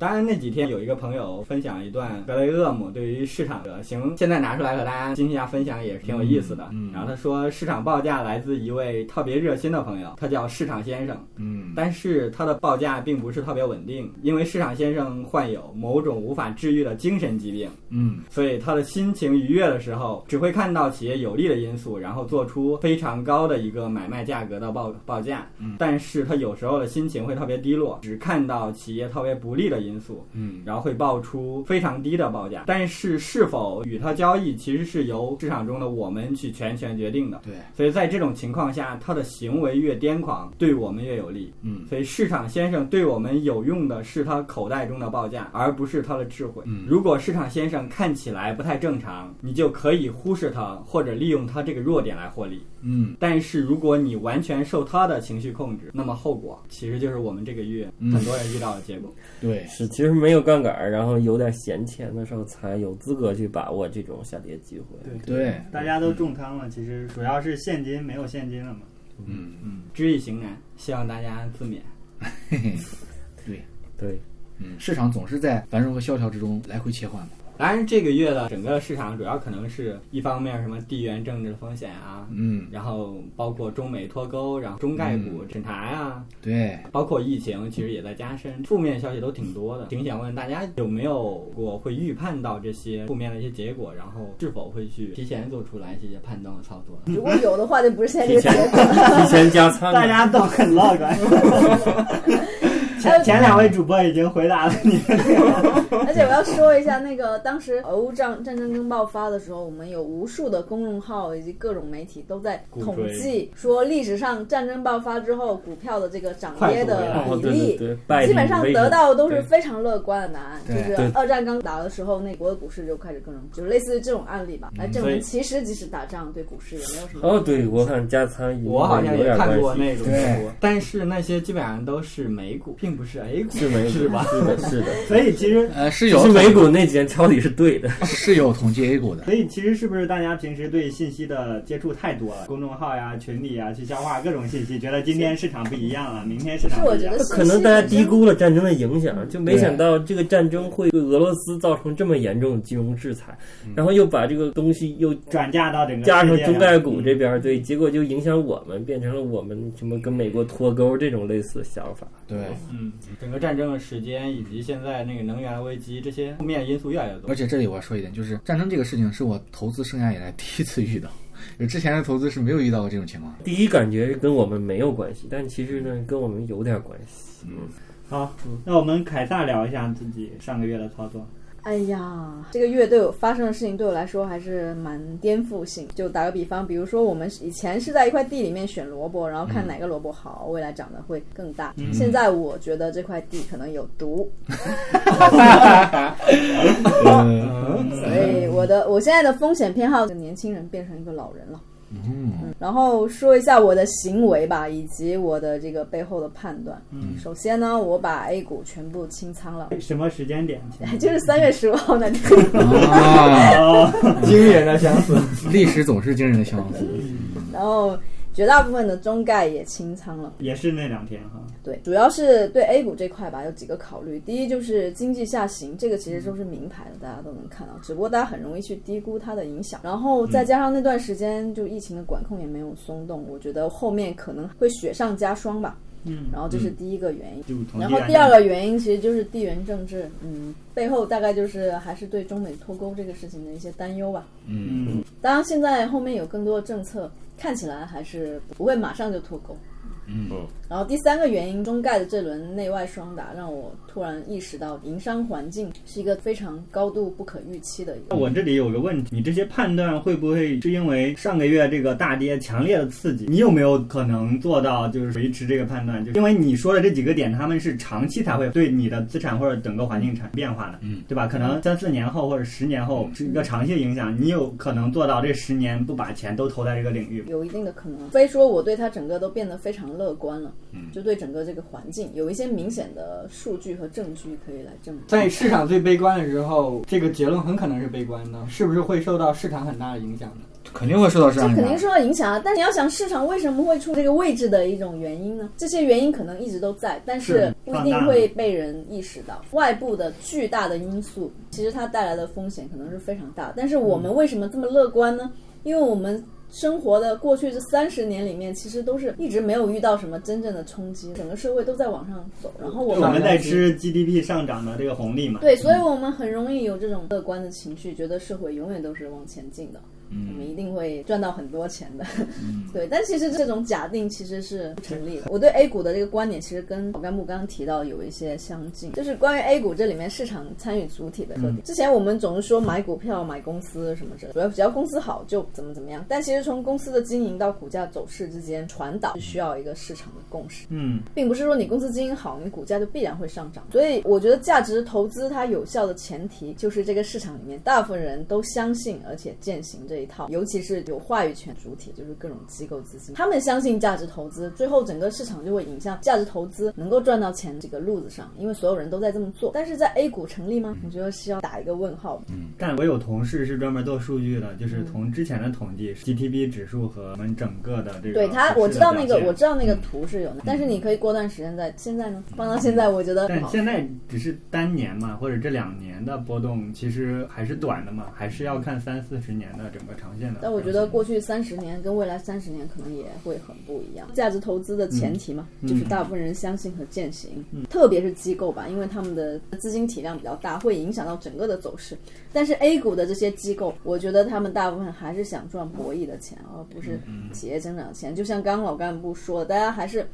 当然那几天有一个朋友分享一段格雷厄姆对于市场的形容，现在拿出来和大家进行一下分享也挺有意思的。嗯嗯然后他说，市场报价来自一位特别热心的朋友，他叫市场先生。嗯，但是他的报价并不是特别稳定，因为市场先生患有某种无法治愈的精神疾病，嗯，所以他的心情愉悦的时候，只会看到企业有利的因素，然后做出非常高的一个买卖价格的报报价。嗯但是他有时候的心情会特别低落，只看到企业特别不利的因素，嗯，然后会报出非常低的报价。但是是否与他交易，其实是由市场中的我们去全权决定的。对，所以在这种情况下，他的行为越癫狂，对我们越有利。嗯所以市场先生对我们有用的是他口袋中的报价，而不是他的智慧。嗯如果市场先生看起来不太正常，你就可以忽视他，或者利用他这个弱点来获利。嗯但是如果你完全受他的情绪控制，那么后果其实就是我们这个月嗯很多人遇到的结果。对，是，其实没有杠杆儿，然后有点闲钱的时候，才有资格去把握这种下跌机会。对对，大家都重仓了，其实主要是现金没有现金了嘛。嗯，嗯，知易行难，希望大家自勉。嘿嘿，对，嗯，市场总是在繁荣和萧条之中来回切换的。当然，这个月的整个市场主要可能是一方面什么地缘政治风险啊，嗯，然后包括中美脱钩，然后中概股审查啊呀、对，包括疫情，其实也在加深，负面消息都挺多的。挺想问大家有没有过会预判到这些负面的一些结果，然后是否会去提前做出来一些判断和操作？如果有的话，就不是现在这提个 前结果。提前加仓大的，家都很乐观。前前两位主播已经回答了你们而且我要说一下，那个当时俄乌战战争刚爆发的时候，我们有无数的公众号以及各种媒体都在统计说，历史上战争爆发之后股票的这个涨跌的哦，比对对例。对，拜基你本上为得主到都是对非常乐观的答案，就对是对二战刚打的时候，那国的股市就开始各种，就是类似于这种案例吧，来证所明以其实即使打仗对股市也没有什么。哦，对，我看加仓有我好像有也点看关过系，那种对图，但是那些基本上都是美股，并不是 A 股。是美股是吧？是的，是 的，所以其实，呃，是有其实美股那几天抄底是对的，是有统计 A 股的，所以其实是不是大家平时对信息的接触太多了？公众号呀、群里呀，去消化各种信息，觉得今天市场不一样了，明天市场是不我一觉样得了。信息可能大家本身低估了战争的影响，就没想到这个战争会对俄罗斯造成这么严重的金融制裁，嗯然后又把这个东西又转嫁到整个加上世界中上嗯概股这嗯边儿，对，结果就影响我们，变成了我们什么跟美国脱钩这种类似的想法。对，嗯，整个战争的时间以及现在那个能源危机这些负面因素越来越多而。且这里我要说一点，就是战争这个事情是我投资生涯以来第一次遇到，就之前的投资是没有遇到过这种情 况的。第一感觉是跟我们没有关系，但其实呢，跟我们有点关系。嗯好，那我们凯撒聊一下自己上个月的操作。哎呀，这个月对我发生的事情对我来说还是蛮颠覆性。就打个比方，比如说我们以前是在一块地里面选萝卜，然后看哪个萝卜好，未来长得会更大。现在我觉得这块地可能有毒，嗯所以我的我现在的风险偏好，年轻人变成一个老人了。嗯，然后说一下我的行为吧，以及我的这个背后的判断。嗯，首先呢，我把 A 股全部清仓了， 什么时间点？请就是三月十五号那天。 啊，哦，惊人的相似。历史总是惊人的相 似。然后绝大部分的中概也清仓了。也是那两天哈。对，主要是对 A 股这块吧，有几个考虑。第一就是经济下行，这个其实都是明牌的，大家都能看到，只不过大家很容易去低估它的影响。然后再加上那段时间就疫情的管控也没有松动，我觉得后面可能会雪上加霜吧。嗯，然后这是第一个原因。就同然后嗯第二个原因其实就是地缘政治，嗯，背后大概就是还是对中美脱钩这个事情的一些担忧吧。嗯，当然，现在后面有更多的政策，看起来还是不会马上就脱钩。哦嗯然后第三个原因，中概的这轮内外双打，让我突然意识到营商环境是一个非常高度不可预期的一那个。我这里有个问题，你这些判断会不会是因为上个月这个大跌强烈的刺激？你有没有可能做到就是维持这个判断？就因为你说的这几个点，他们是长期才会对你的资产或者整个环境产生变化的，嗯，对吧？可能三四年后或者十年后是一个长期的影响，你有可能做到这十年不把钱都投在这个领域吗？有一定的可能，非说我对它整个都变得非常乐观了，就对整个这个环境有一些明显的数据和证据可以来证明。在市场最悲观的时候，这个结论很可能是悲观的，是不是会受到市场很大的影响呢？肯定会受到市这场肯影定受响。到影响啊，但你要想市场为什么会出这个位置的一种原因呢？这些原因可能一直都在，但是是不一定会被人意识到。外部的巨大的因素，其实它带来的风险可能是非常大。但是我嗯们为什么这么乐观呢？因为我们。生活的过去这三十年里面，其实都是一直没有遇到什么真正的冲击，整个社会都在往上走，然后我我们们在吃 GDP 上涨的这个红利嘛？对，所以我们很容易有这种乐观的情绪，觉得社会永远都是往前进的，我们一定会赚到很多钱的。 对，但其实这种假定其实是不成立的。我对 A 股的这个观点其实跟老干部刚刚提到有一些相近，就是关于 A 股这里面市场参与主体的特点。之前我们总是说买股票、买公司什么之类的，主要只要公司好就怎么怎么样，但其实从公司的经营到股价走势之间传导，需要一个市场的共识。嗯，并不是说你公司经营好，你股价就必然会上涨。所以我觉得价值投资它有效的前提就是这个市场里面大部分人都相信而且践行这一套，尤其是有话语权主体，就是各种机构资金，他们相信价值投资，最后整个市场就会引向价值投资能够赚到钱这个路子上，因为所有人都在这么做。但是在 A 股成立吗？嗯我觉得是要打一个问号。但我有同事是专门做数据的，嗯就是从之前的统计 GDP 指数和我们整个的这个对它，股我啊市知的道那表个，现嗯我知道那个图是有的，但是你可以过段时间再。现在呢，放到现在，我觉得不但好。现在只是单年嘛，或者这两年的波动其实还是短的嘛，还是要看三四十年的整个长线的。但我觉得过去三十年跟未来三十年可能也会很不一样。价值投资的前提嘛，嗯就是大部分人相信和践行，特别是机构吧，因为他们的资金体量比较大，会影响到整个的走势。但是 A 股的这些机构，我觉得他们大部分还是想赚博弈的钱，而不是嗯企业增长的钱。就像刚刚老干部说的，大家还是。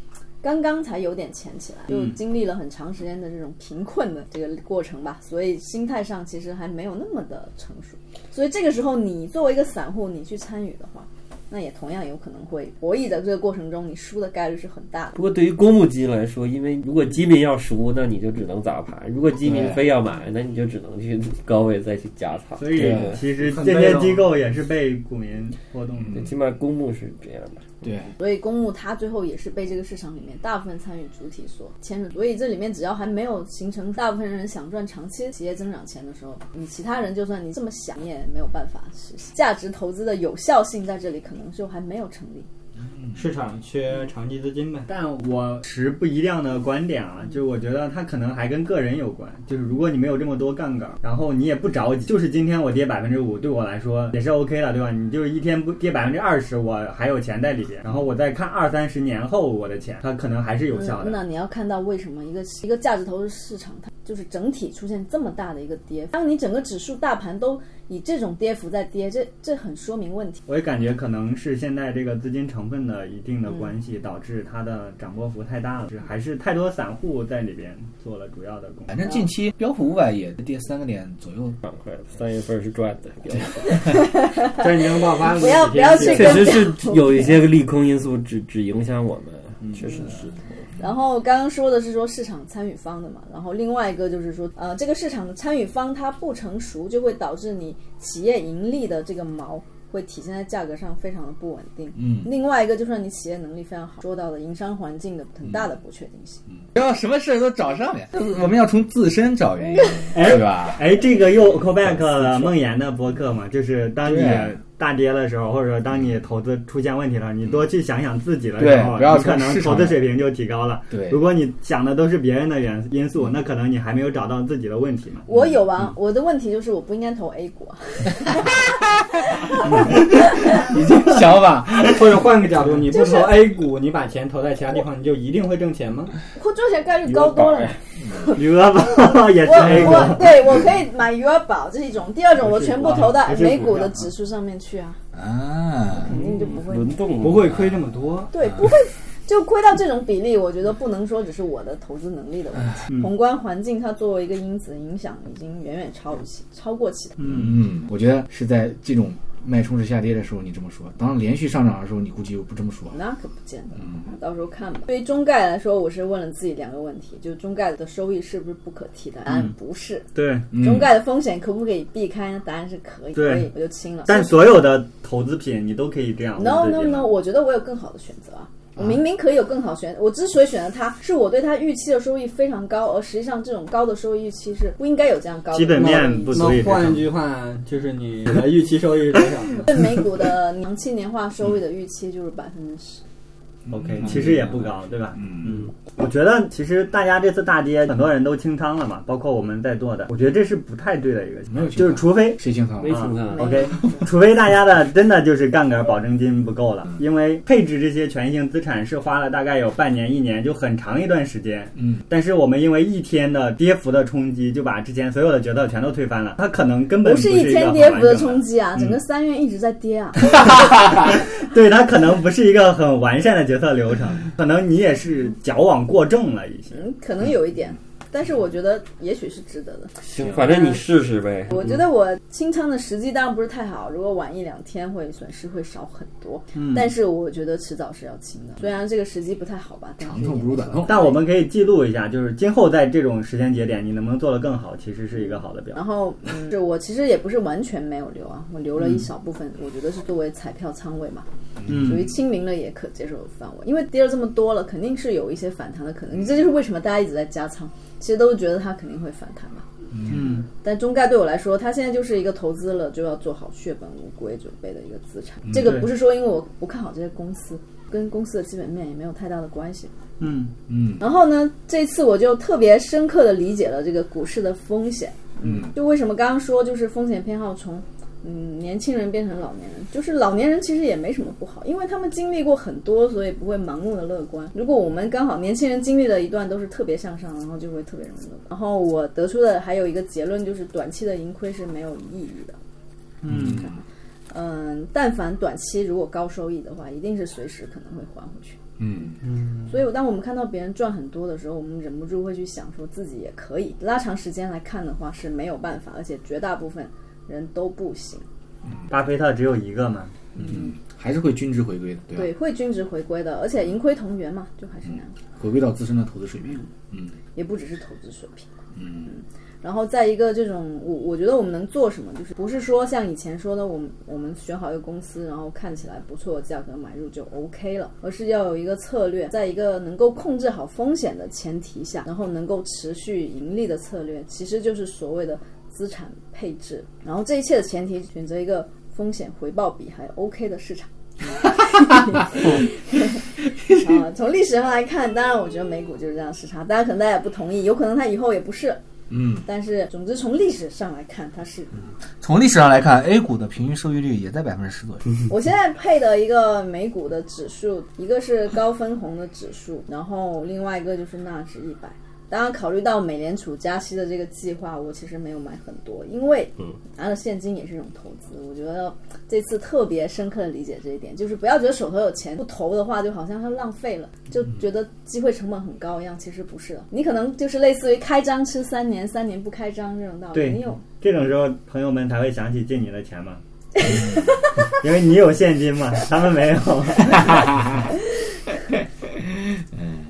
刚刚才有点钱起来，就嗯经历了很长时间的这种贫困的这个过程吧，所以心态上其实还没有那么的成熟。所以这个时候，你作为一个散户，你去参与的话，那也同样有可能会博弈的这个过程中，你输的概率是很大的。不过对于公募基金来说，因为如果基民要赎，那你就只能砸盘；如果基民对非要买，那你就只能去高位再去加仓。所以对其实很这被些动机构也是被股民波动的最。起码公募是这样的。对，所以公募它最后也是被这个市场里面大部分参与主体所牵着。所以这里面只要还没有形成大部分人想赚长期企业增长钱的时候，你其他人就算你这么想，你也没有办法实现。价值投资的有效性在这里可能就还没有成立。市场缺长期资金呗。但我持不一样的观点啊，就是我觉得它可能还跟个人有关。就是如果你没有这么多杠杆，然后你也不着急，就是今天我跌百分之五，对我来说也是 OK 的，对吧？你就是一天不跌百分之二十，我还有钱在里边。然后我再看二三十年后我的钱，它可能还是有效嗯的。那你要看到为什么一个一个价值投资市场它就是整体出现这么大的一个跌幅。当你整个指数、大盘都以这种跌幅在跌，这这很说明问题。我也感觉可能是现在这个资金成分的一定的关系，导致它的涨波幅太大了，是还是太多散户在里边做了主要的工作反。正近期标普五百也跌三个点左右，板块三月份是赚的， 战争爆发不要不要去确实是有一些利空因素只只影响我们，确实是。然后刚刚说的是说市场参与方的嘛，然后另外一个就是说，呃，这个市场的参与方它不成熟，就会导致你企业盈利的这个毛会体现在价格上非常的不稳定。嗯，另外一个就是你企业能力非常好，说到的营商环境的很大的不确定性。不要什么事儿都找上面，嗯我们要从自身找 原因，哎对吧？哎，这个又 callback 了梦岩的博客嘛，就是当你对大跌的时候，或者说当你投资出现问题了，你多去想想自己的对时候，不要你可从能市场投资水平就提高了。对如果你想的都是别人的原因素，那可能你还没有找到自己的问题嘛。我有啊，我的问题就是我不应该投 A 股啊。 你这个想法， 或者换个角度，你不就是投 A 股，你把钱投在其他地方，你就一定会挣钱嗯吗？我赚钱概率高多了嘛。余额宝也是我 A 股，我对我可以买余额宝，这是一种；第二种，我全部投到还是美股啊股票的指数上面去啊，啊，肯定就不会轮动不会亏这么多。嗯对，不会就亏到这种比例，我觉得不能说只是我的投资能力的问嗯题，宏观环境它作为一个因子影响，已经远远超于其超过其他。嗯，我觉得是在这种脉冲式下跌的时候你这么说，当连续上涨的时候你估计又不这么说。那可不见得，嗯啊到时候看吧。对于中概来说，我是问了自己两个问题：，就是中概的收益是不是不可替代？答嗯案不是。对。中概的风险可不可以避开呢？答案是可以，嗯对所以我就清了。但所有的投资品你都可以这样问 no 自己 no 了 no，我觉得我有更好的选择啊。我明明可以有更好选，我之所以选择它，是我对它预期的收益非常高，而实际上这种高的收益预期是不应该有这样高的。基本面不足以那支撑换句话，就是你的预期收益是多少？对美股的长期年化收益的预期就是百分之十。 OK，其嗯实也不高，对吧？嗯嗯，我觉得其实大家这次大跌，很多人都清仓了嘛，包括我们在座的，我觉得这是不太对的一个情没有况，清仓就是除非啊谁清仓没了？清仓， OK，除非大家的真的就是杠杆保证金不够了，嗯因为配置这些权益性资产是花了大概有半年、一年，就很长一段时间。嗯，但是我们因为一天的跌幅的冲击，就把之前所有的决策全都推翻了，它可能根本不是一一天个跌很完幅的整冲击啊，嗯整个三月一直在跌啊。 对，它可能不是一个很完善的决策流程，可能你也是矫枉过正了一些。嗯，可能有一点，但是我觉得也许是值得的。行，反正你试试呗。我觉得我清仓的时机当然不是太好，如果晚一两天会损失会少很多，嗯但是我觉得迟早是要清的。虽然这个时机不太好吧，但是长痛不如短痛。但我们可以记录一下，就是今后在这种时间节点，你能不能做得更好，其实是一个好的标。然后，嗯，是我其实也不是完全没有留啊，我留了一小部分，我觉得是作为彩票仓位嘛，属于嗯嗯，清明了也可接受的范围。因为跌了这么多了，肯定是有一些反弹的可能。这就是为什么大家一直在加仓，其实都是觉得它肯定会反弹嘛。嗯，但中概对我来说，它现在就是一个投资了就要做好血本无归准备的一个资产。这个嗯对不是说因为我不看好这些公司，跟公司的基本面也没有太大的关系。嗯，然后呢，这次我就特别深刻的理解了这个股市的风险。嗯，就为什么刚刚说就是风险偏好从嗯年轻人变成老年人，就是老年人其实也没什么不好，因为他们经历过很多，所以不会盲目的乐观。如果我们刚好年轻人经历的一段都是特别向上，然后就会特别容易乐观。然后我得出的还有一个结论就是，短期的盈亏是没有意义的。嗯，嗯，但凡短期如果高收益的话，一定是随时可能会还回去。嗯，所以，当我们看到别人赚很多的时候，我们忍不住会去想，说自己也可以。拉长时间来看的话是没有办法，而且绝大部分人都不行。巴菲特只有一个嘛。嗯还是会均值回归的，对吧？对，会均值回归的，而且盈亏同源嘛，就还是那样，回归到自身的投资水平。嗯也不只是投资水平。嗯然后在一个这种，我我觉得我们能做什么，就是不是说像以前说的，我们我们选好一个公司，然后看起来不错的价格买入就 OK 了，而是要有一个策略，在一个能够控制好风险的前提下，然后能够持续盈利的策略，其实就是所谓的资产配置。然后这一切的前提，选择一个风险回报比还 OK 的市场。嗯啊，从历史上来看，当然我觉得美股就是这样的市场，当然可能大家也不同意，有可能它以后也不是。嗯，但是，总之从历史上来看，它是从历史上来看，A 股的平均收益率也在百分之十左右。我现在配的一个美股的指数，一个是高分红的指数，然后另外一个就是纳指一百。当然，考虑到美联储加息的这个计划，我其实没有买很多，因为嗯拿着现金也是一种投资。我觉得这次特别深刻的理解这一点，就是不要觉得手头有钱不投的话，就好像要浪费了，就觉得机会成本很高一样。其实不是的，你可能就是类似于开张吃三年，三年不开张这种道理。对你有这种时候朋友们才会想起借你的 钱嘛，因为你有现金嘛，他们没有。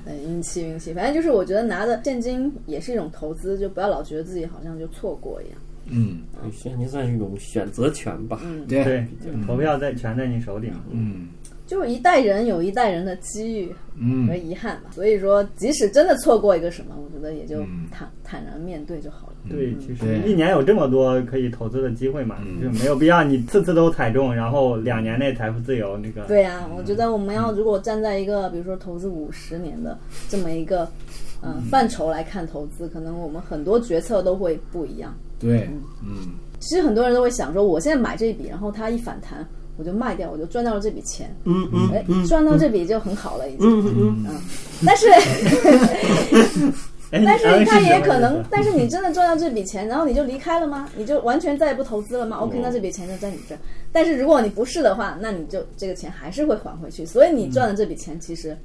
呃运气运气，反正就是我觉得拿着现金也是一种投资，就不要老觉得自己好像就错过一样。嗯，现哎金算是一种选择权吧。嗯，对，对，投票在全在你手里嘛。嗯就是一代人有一代人的机遇和嗯遗憾嘛，所以说即使真的错过一个什么，我觉得也就坦坦然面对就好了。对，其实对一年有这么多可以投资的机会嘛，嗯就没有必要你次次都踩中，然后两年内财富自由那个。对呀、我觉得我们要如果站在一个比如说投资五十年的这么一个嗯、呃范畴来看投资，可能我们很多决策都会不一样。对，嗯其实很多人都会想说，我现在买这笔，然后它一反弹，我就卖掉，我就赚到了这笔钱，嗯嗯哎，赚到这笔就很好了，已经。嗯嗯但 是，哎，但是你他也可能，但是你真的赚到这笔钱，然后你就离开了吗？你就完全再也不投资了哦吗？OK，那这笔钱就在你这儿。但是如果你不是的话，那你就这个钱还是会还回去，所以你赚的这笔钱其实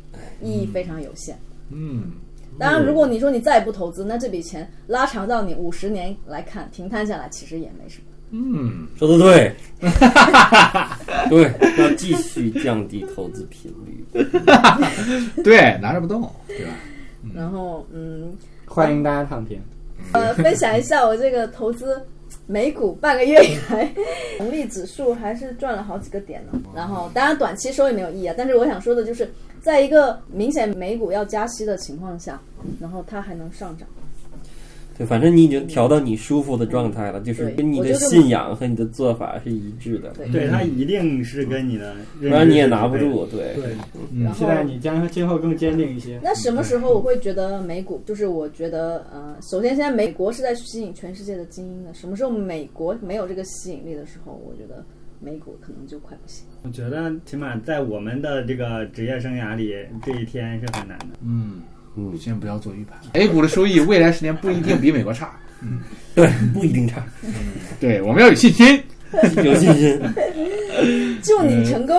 意义非常有限。嗯，当然，如果你说你再也不投资，那这笔钱拉长到你五十年来看，平摊下来其实也没什么。嗯，嗯，说的对，对，要继续降低投资频率。对，拿着不动，对吧？然后，嗯， 欢迎大家躺平。呃，分享一下我这个投资美股半个月以来， 红利指数还是赚了好几个点呢。然后，当然短期收益没有意义啊，但是我想说的就是，在一个明显美股要加息的情况下，然后它还能上涨。对，反正你已经调到你舒服的状态了，就是对跟你我的就这么信仰和你的做法是一致的，对对他一定是跟你的不认知是匹配的，然你也拿不住。对，对，然期后，待你将今后更坚定一些。那什么时候我会觉得美股？就是我觉得，呃，首先现在美国是在吸引全世界的精英的，什么时候美国没有这个吸引力的时候，我觉得美股可能就快不行。我觉得起码在我们的这个职业生涯里，这一天是很难的。嗯，嗯，先不要做预判。A 股的收益未来十年不一定比美国差，对，不一定差，对，我们要有信心。有信心。祝你成功！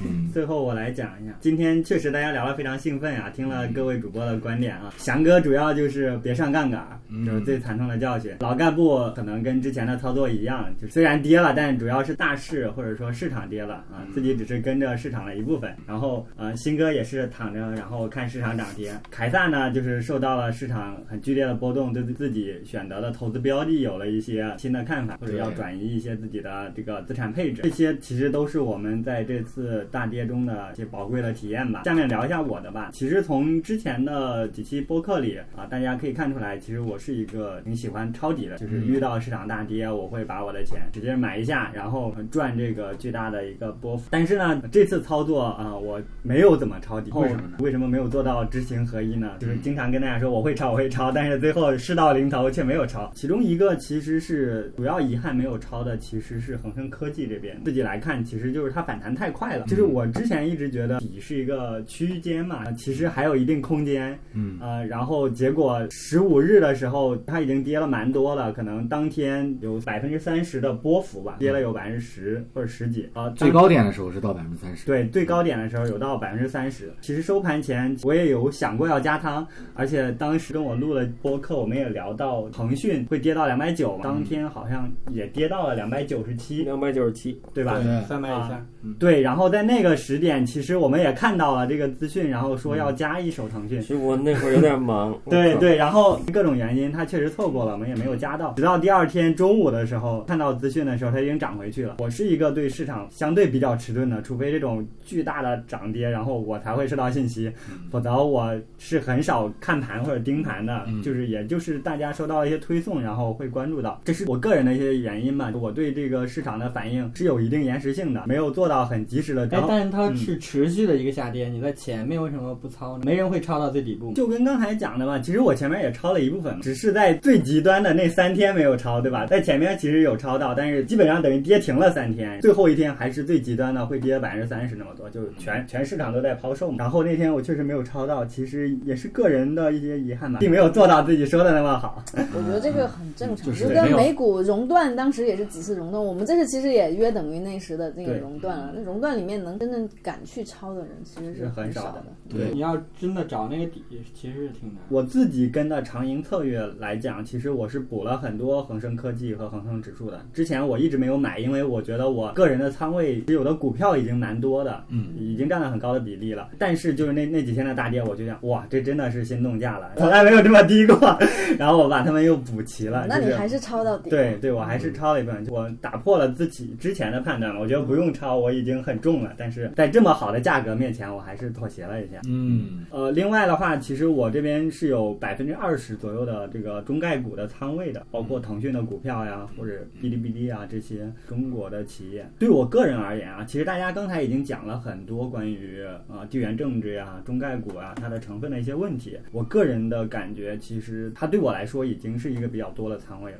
嗯最后我来讲一下，今天确实大家聊得非常兴奋啊，听了各位主播的观点啊。翔哥主要就是别上杠杆儿，这是最惨痛的教训。老干部可能跟之前的操作一样，就虽然跌了，但主要是大势或者说市场跌了啊，自己只是跟着市场的一部分。然后呃，新哥也是躺着，然后看市场涨跌。凯撒呢，就是受到了市场很剧烈的波动，对自己选择的投资标的有了一些新的看法，或者要对转移一些自己的这个资产配置，这些其实都是我们在这次大跌中的一些宝贵的体验吧。下面聊一下我的吧。其实从之前的几期播客里啊，大家可以看出来，其实我是一个挺喜欢抄底嗯的，就是遇到市场大跌，我会把我的钱直接买一下，然后呃赚这个巨大的一个波幅。但是呢，这次操作啊，我没有怎么抄底，为什么呢为什么没有做到知行合一呢？嗯就是经常跟大家说我会抄，我会抄，但是最后事到临头却没有抄。其中一个其实是主要遗憾没有抄的，其实是恒生科技这边。自己来看，其实就是它反弹太快了。就是嗯我之前一直觉得底是一个区间嘛，其实还有一定空间。嗯呃，然后结果十五日的时候，它已经跌了蛮多了，可能当天有百分之三十的波幅吧，跌了有百分之十或者十几啊。呃最高点的时候是到百分之三十。对，最高点的时候有到百分之三十。其实收盘前我也有想过要加仓，而且当时跟我录了播客，我们也聊到腾讯会跌到两百九，当天好像也跌到了两百九十七，两百九十七，对吧？对三百以啊下，哎对，然后在那个时点，其实我们也看到了这个资讯，然后说要加一手腾讯。其。实我那会儿有点忙对对，然后各种原因，它确实错过了，我们也没有加到。直到第二天中午的时候，看到资讯的时候，它已经涨回去了。我是一个对市场相对比较迟钝的，除非这种巨大的涨跌，然后我才会收到信息，否则我是很少看盘或者盯盘的。就是也就是大家收到一些推送，然后会关注到，这是我个人的一些原因吧。我对这个市场的反应是有一定延时性的，没有做到很及时的。哎然，后嗯但但它是持续的一个下跌，你在前面为什么不抄呢？没人会抄到最底部嘛。就跟刚才讲的嘛，其实我前面也抄了一部分，只是在最极端的那三天没有抄，对吧？在前面其实有抄到，但是基本上等于跌停了三天，最后一天还是最极端的，会跌百分之三十那么多，就全全市场都在抛售嘛。然后那天我确实没有抄到，其实也是个人的一些遗憾吧，并没有做到自己说的那么好。我觉得这个很嗯正常，就是就跟没有美股熔断当时也是几次熔断，我们这次其实也约等于那时的那个对熔断了。那熔断里面能真正敢去抄的人其实是很很少少的的。对你要真的找那个底，其实是挺难。我自己跟的长盈策略来讲，其实我是补了很多恒生科技和恒生指数的。之前我一直没有买，因为我觉得我个人的仓位持有的股票已经蛮多的，嗯，已经占了很高的比例了。但是就是那那几天的大跌，我就想，哇，这真的是心动价了，从来没有这么低过。 然后我把它们又补齐了，那就你是还是抄到底。对对，我还是抄了一部分，我打破了自己之前的判断嘛。我觉得不用抄，我已经很重了。但是在这么好的价格面前，我还是妥协了一下。嗯，呃，另外的话，其实我这边是有百分之二十左右的这个中概股的仓位的，包括腾讯的股票呀，或者哔哩哔哩啊这些中国的企业。对我个人而言啊，其实大家刚才已经讲了很多关于啊、呃地缘政治呀、中概股啊它的成分的一些问题。我个人的感觉，其实它对我来说已经是一个比较多的仓位了。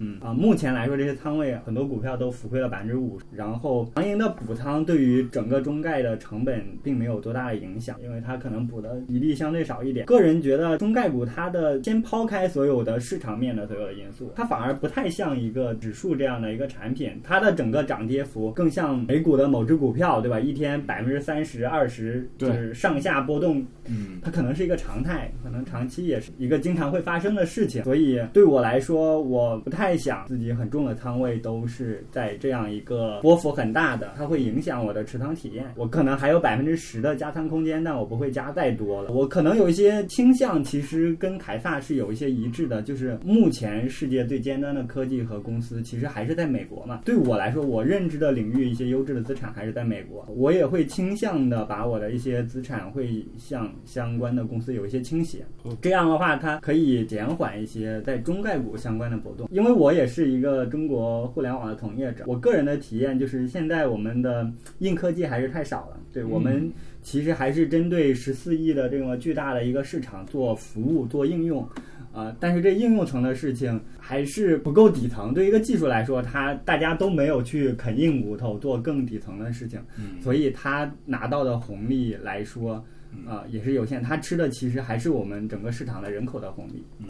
嗯啊，目前来说，这些仓位很多股票都浮亏了百分之五，然后长盈的补仓对于整个中概的成本并没有多大的影响，因为它可能补的比例相对少一点。个人觉得中概股它的先抛开所有的市场面的所有的因素，它反而不太像一个指数这样的一个产品，它的整个涨跌幅更像美股的某只股票，对吧？一天百分之三十、二十，就对是上下波动嗯它可能是一个常态，可能长期也是一个经常会发生的事情。所以对我来说，我不太想自己很重的仓位都是在这样一个波幅很大的，它会影响我的持仓体验。我可能还有百分之十的加仓空间，但我不会加再多了。我可能有一些倾向，其实跟凯撒是有一些一致的，就是目前世界最尖端的科技和公司其实还是在美国嘛。对我来说，我认知的领域一些优质的资产还是在美国，我也会倾向的把我的一些资产会向相关的公司有一些倾斜。这样的话，它可以减缓一些在中概股相关的波动。因为我也是一个中国互联网的从业者，我个人的体验就是，现在我们的硬科技还是太少了。对我们其实还是针对十四亿的这么巨大的一个市场做服务、做应用。啊、但是这应用层的事情还是不够底层。对于一个技术来说，它大家都没有去啃硬骨头做更底层的事情，嗯所以它拿到的红利来说，啊、也是有限。它吃的其实还是我们整个市场的人口的红利。嗯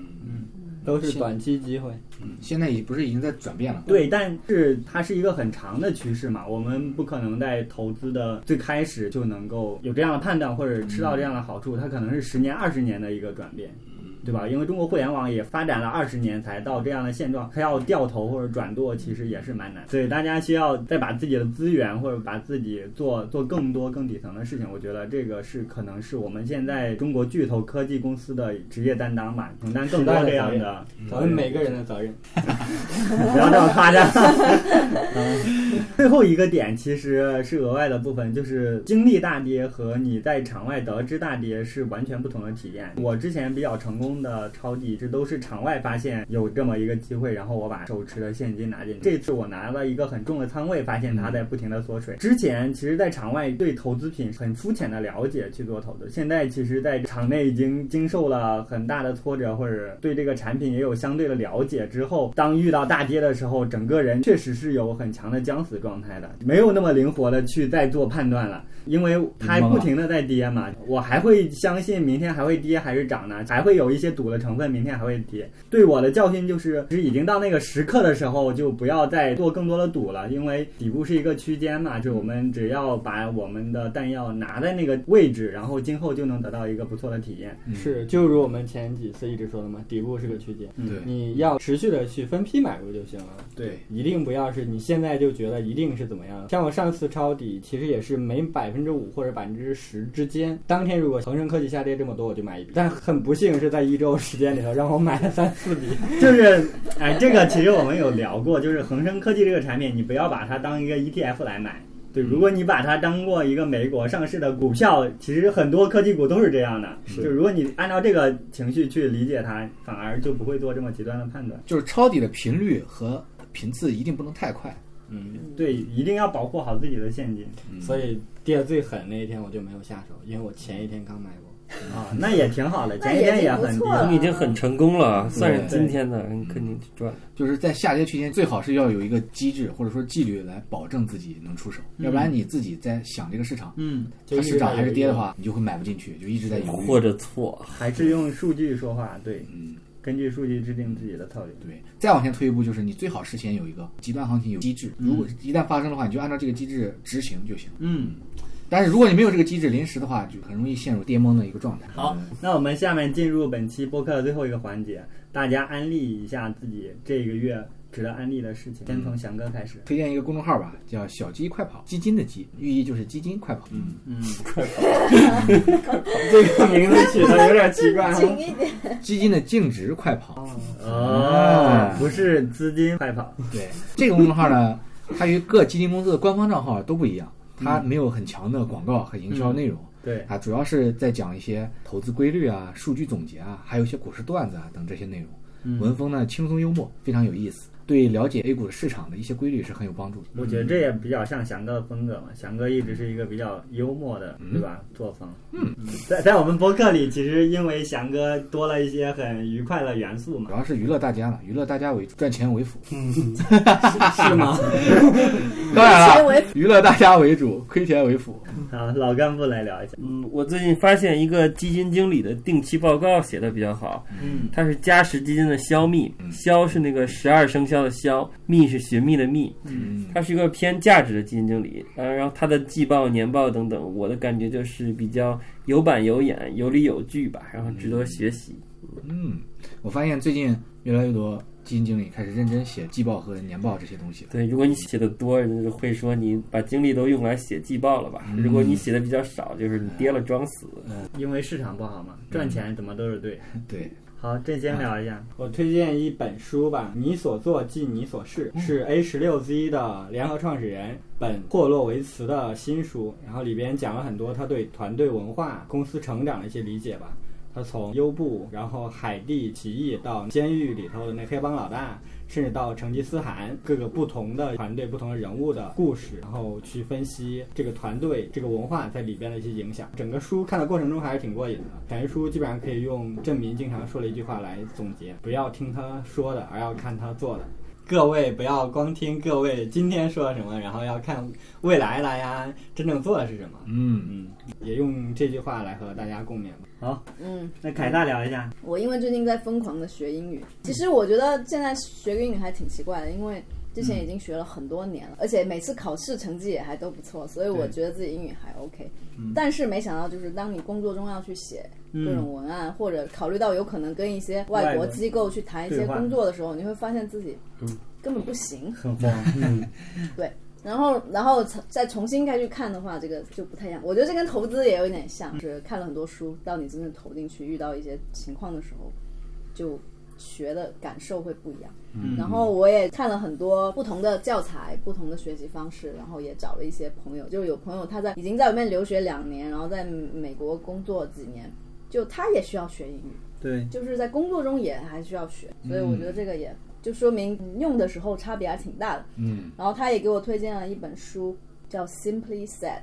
都是短期机会，现在已不是已经在转变了？对，但是它是一个很长的趋势嘛，我们不可能在投资的最开始就能够有这样的判断或者吃到这样的好处，它可能是十年、二十年的一个转变。对吧？因为中国互联网也发展了二十年才到这样的现状，它要掉头或者转舵，其实也是蛮难。所以大家需要再把自己的资源或者把自己做做更多更底层的事情。我觉得这个是可能是我们现在中国巨头科技公司的职业担当吧，承担更多这样的。咱们每个人的责任。 不要这么夸张。嗯最后一个点其实是额外的部分，就是经历大跌和你在场外得知大跌是完全不同的体验。我之前比较成功的抄底，这都是场外发现有这么一个机会，然后我把手持的现金拿进去。这次我拿了一个很重的仓位，发现它在不停的缩水。之前其实，在场外对投资品很肤浅的了解去做投资，现在其实在场内已经经受了很大的挫折，或者对这个产品也有相对的了解之后，当遇到大跌的时候，整个人确实是有很强的将死状态的，没有那么灵活的去再做判断了。因为它还不停的在跌嘛，我还会相信明天还会跌还是涨呢，还会有一些赌的成分，明天还会跌。对我的教训就是，是已经到那个时刻的时候，就不要再做更多的赌了，因为底部是一个区间嘛，就我们只要把我们的弹药拿在那个位置，然后今后就能得到一个不错的体验。嗯是，就如我们前几次一直说的嘛，底部是个区间，嗯对你要持续的去分批买入就行了。对，一定不要是你现在就觉得一定是怎么样。像我上次抄底，其实也是每百分之五或者百分之十之间。当天如果恒生科技下跌这么多，我就买一笔。但很不幸是在一周时间里头，让我买 了三四笔。就是，哎，这个其实我们有聊过，就是恒生科技这个产品，你不要把它当一个 ETF 来买。对，如果你把它当过一个美国上市的股票，其实很多科技股都是这样的。就如果你按照这个情绪去理解它，反而就不会做这么极端的判断。就是抄底的频率和频次一定不能太快，嗯，对，一定要保护好自己的现金嗯所以跌得最狠那一天我就没有下手，因为我前一天刚买过。啊，那也挺好的，那前一天也挺不很低错。了你已经很成功了，算是今天的，你肯定赚。就是在下跌区间，最好是要有一个机制或者说纪律来保证自己能出手，要不然你自己在想这个市场，嗯，就它一是直涨还是跌的有一个，话，你就会买不进去，就一直在犹豫。或者错，还是用数据说话，对，嗯，根据数据制定自己的策略。对。再往前推一步，就是你最好事先有一个极端行情有机制，如果一旦发生的话，你就按照这个机制执行就行。嗯，但是如果你没有这个机制，临时的话，就很容易陷入跌懵的一个状态。好，那我们下面进入本期播客的最后一个环节，大家安利一下自己这个月值得安利的事情。先从翔哥开始。推荐一个公众号吧，叫“小鸡快跑”，基金的鸡，寓意就是基金快跑。嗯，嗯，快跑！ 这个名字起的有点奇怪啊。紧一 点，基金的净值快跑。哦，不是资金快跑，对，这个公众号呢， 它与各基金公司的官方账号都不一样，它没有很强的广告和营销内容。对，啊，主要是在讲一些投资规律啊、数据总结啊，还有一些股市段子啊等这些内容。嗯文风呢轻松幽默，非常有意思，对了解 A 股市场的一些规律是很有帮助的。我觉得这也比较像翔哥的风格嘛。翔哥一直是一个比较幽默的，对吧？作风。嗯，在在我们播客里，其实因为翔哥多了一些很愉快的元素嘛主。要是娱乐大家了，娱乐大家为主，赚钱为辅。嗯是吗？ 当然钱为了，娱乐大家为主，亏钱为辅。好，啊老干部来聊一下。嗯，我最近发现一个基金经理的定期报告写的比较好，嗯，它是嘉实基金的消幂，消是那个十二生肖的消，幂是寻觅的觅，嗯，它是一个偏价值的基金经理，呃，然后它的季报、年报等等，我的感觉就是比较有板有眼、有理有据吧，然后值得学习。嗯，我发现最近越来越多基金经理开始认真写季报和年报这些东西了。对，如果你写的多，人家就会说你把精力都用来写季报了吧？如果你写的比较少，就是你跌了装死。嗯因为市场不好嘛，赚钱怎么都是对。对，好，这先聊一下。我推荐一本书吧，《你所做即你所是》，是 A 十六 Z 的联合创始人本霍洛维茨的新书，然后里边讲了很多他对团队文化、公司成长的一些理解吧。他从优步，然后海地起义到监狱里头的那黑帮老大，甚至到成吉思汗各个不同的团队、不同的人物的故事，然后去分析这个团队、这个文化在里边的一些影响。整个书看的过程中还是挺过瘾的。全书基本上可以用郑民经常说的一句话来总结：不要听他说的，而要看他做的。各位不要光听各位今天说了什么，然后要看未来来呀，真正做的是什么。嗯，嗯，也用这句话来和大家共勉吧。嗯。那凯撒聊一下。我因为最近在疯狂的学英语，其实我觉得现在学英语还挺奇怪的，因为之前已经学了很多年了，而且每次考试成绩也还都不错，所以我觉得自己英语还 OK。但嗯是没想到，就是当你工作中要去写各种嗯文案，或者考虑到有可能跟一些外国机构去谈一些对话嗯工作的时候，你会发现自己根本不行。很慌，然后，然后再重新再去看的话，这个就不太一样。我觉得这跟投资也有一点像，嗯就是看了很多书，到你真正投进去，遇到一些情况的时候，就学的感受会不一样。嗯然后我也看了很多不同的教材、不同的学习方式，然后也找了一些朋友，就是有朋友他在已经在外面留学两年，然后在美国工作几年，就他也需要学英语。对，就是在工作中也还需要学，所以我嗯觉得这个也就说明用的时候差别还挺大的。嗯，然后他也给我推荐了一本书，叫《Simply Said》，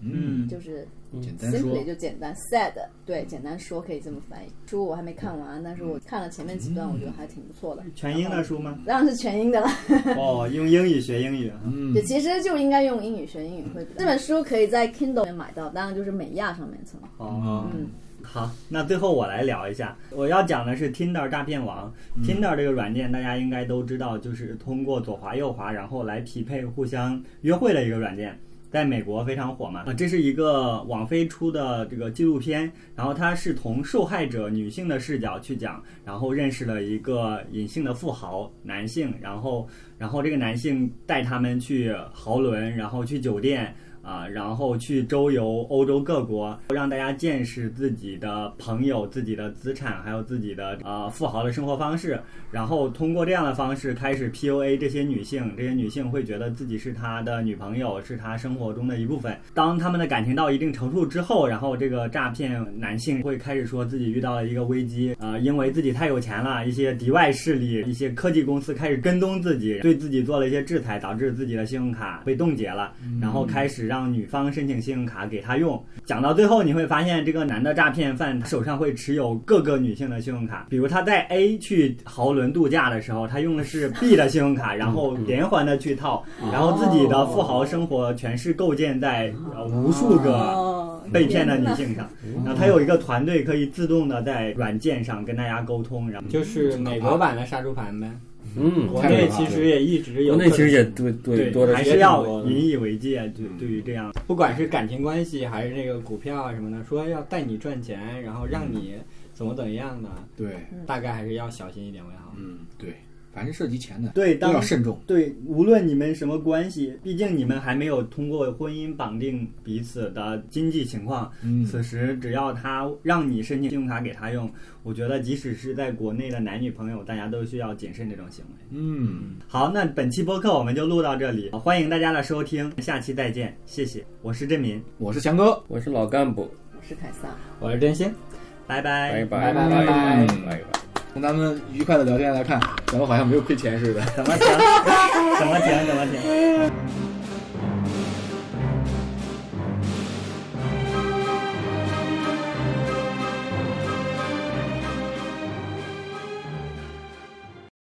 嗯，就是简单说 simply 就简单，said 对简单说可以这么翻译。书我还没看完，但是我看了前面几段，我觉得还挺不错的。嗯全英的书 吗？当然是全英的了，哦，用英语学英语啊。嗯对，其实就应该用英语学英语会嗯比较。这本书可以在 Kindle 上面买到，当然就是美亚上面曾啊哦，嗯，好，那最后我来聊一下，我要讲的是 Tinder 诈骗王。Tinder 这个软件大家应该都知道，就是通过左滑右滑，然后来匹配互相约会的一个软件。在美国非常火嘛，啊，这是一个网飞出的这个纪录片，然后它是从受害者女性的视角去讲，然后认识了一个隐性的富豪男性，然后然后这个男性带他们去豪伦，然后去酒店，啊，然后去周游欧洲各国，让大家见识自己的朋友、自己的资产，还有自己的啊富豪的生活方式。然后通过这样的方式开始 PUA 这些女性，这些女性会觉得自己是他的女朋友，是他生活中的一部分。当他们的感情到一定程度之后，然后这个诈骗男性会开始说自己遇到了一个危机，啊，因为自己太有钱了，一些敌外势力、一些科技公司开始跟踪自己，对自己做了一些制裁，导致自己的信用卡被冻结了，然嗯后开始让女方申请信用卡给他用。讲到最后，你会发现这个男的诈骗犯手上会持有各个女性的信用卡，比如他在 A 去豪伦度假的时候，他用的是 B 的信用卡，然嗯后连环的去套，哦然后自己的富豪生活全是构建在呃无数个哦，被骗的女性上。哦然后他有一个团队可以自动的在软件上跟大家沟通，然后就是美国版的杀猪盘呗。嗯，国内其实也一直有国各种，内其实也对对多的嗯还是是要引以为戒。对，对于这样，不管是感情关系还是这个股票啊什么的，说要带你赚钱，然后让你怎么怎么样的，对，大概还是要小心一点为好。嗯，对，凡是涉及钱的对都当要慎重。对，无论你们什么关系，毕竟你们还没有通过婚姻绑定彼此的经济情况。嗯，此时只要他让你申请信用卡给他用，我觉得即使是在国内的男女朋友，大家都需要谨慎这种行为。嗯，好，那本期播客我们就录到这里，欢迎大家的收听，下期再见，谢谢，我是振民，我是翔哥，我是老干部，我是凯撒。我是真心，拜拜拜。拜拜拜拜拜。从咱们愉快的聊天来看，咱们好像没有亏钱似的。怎么停？怎么停？怎么停？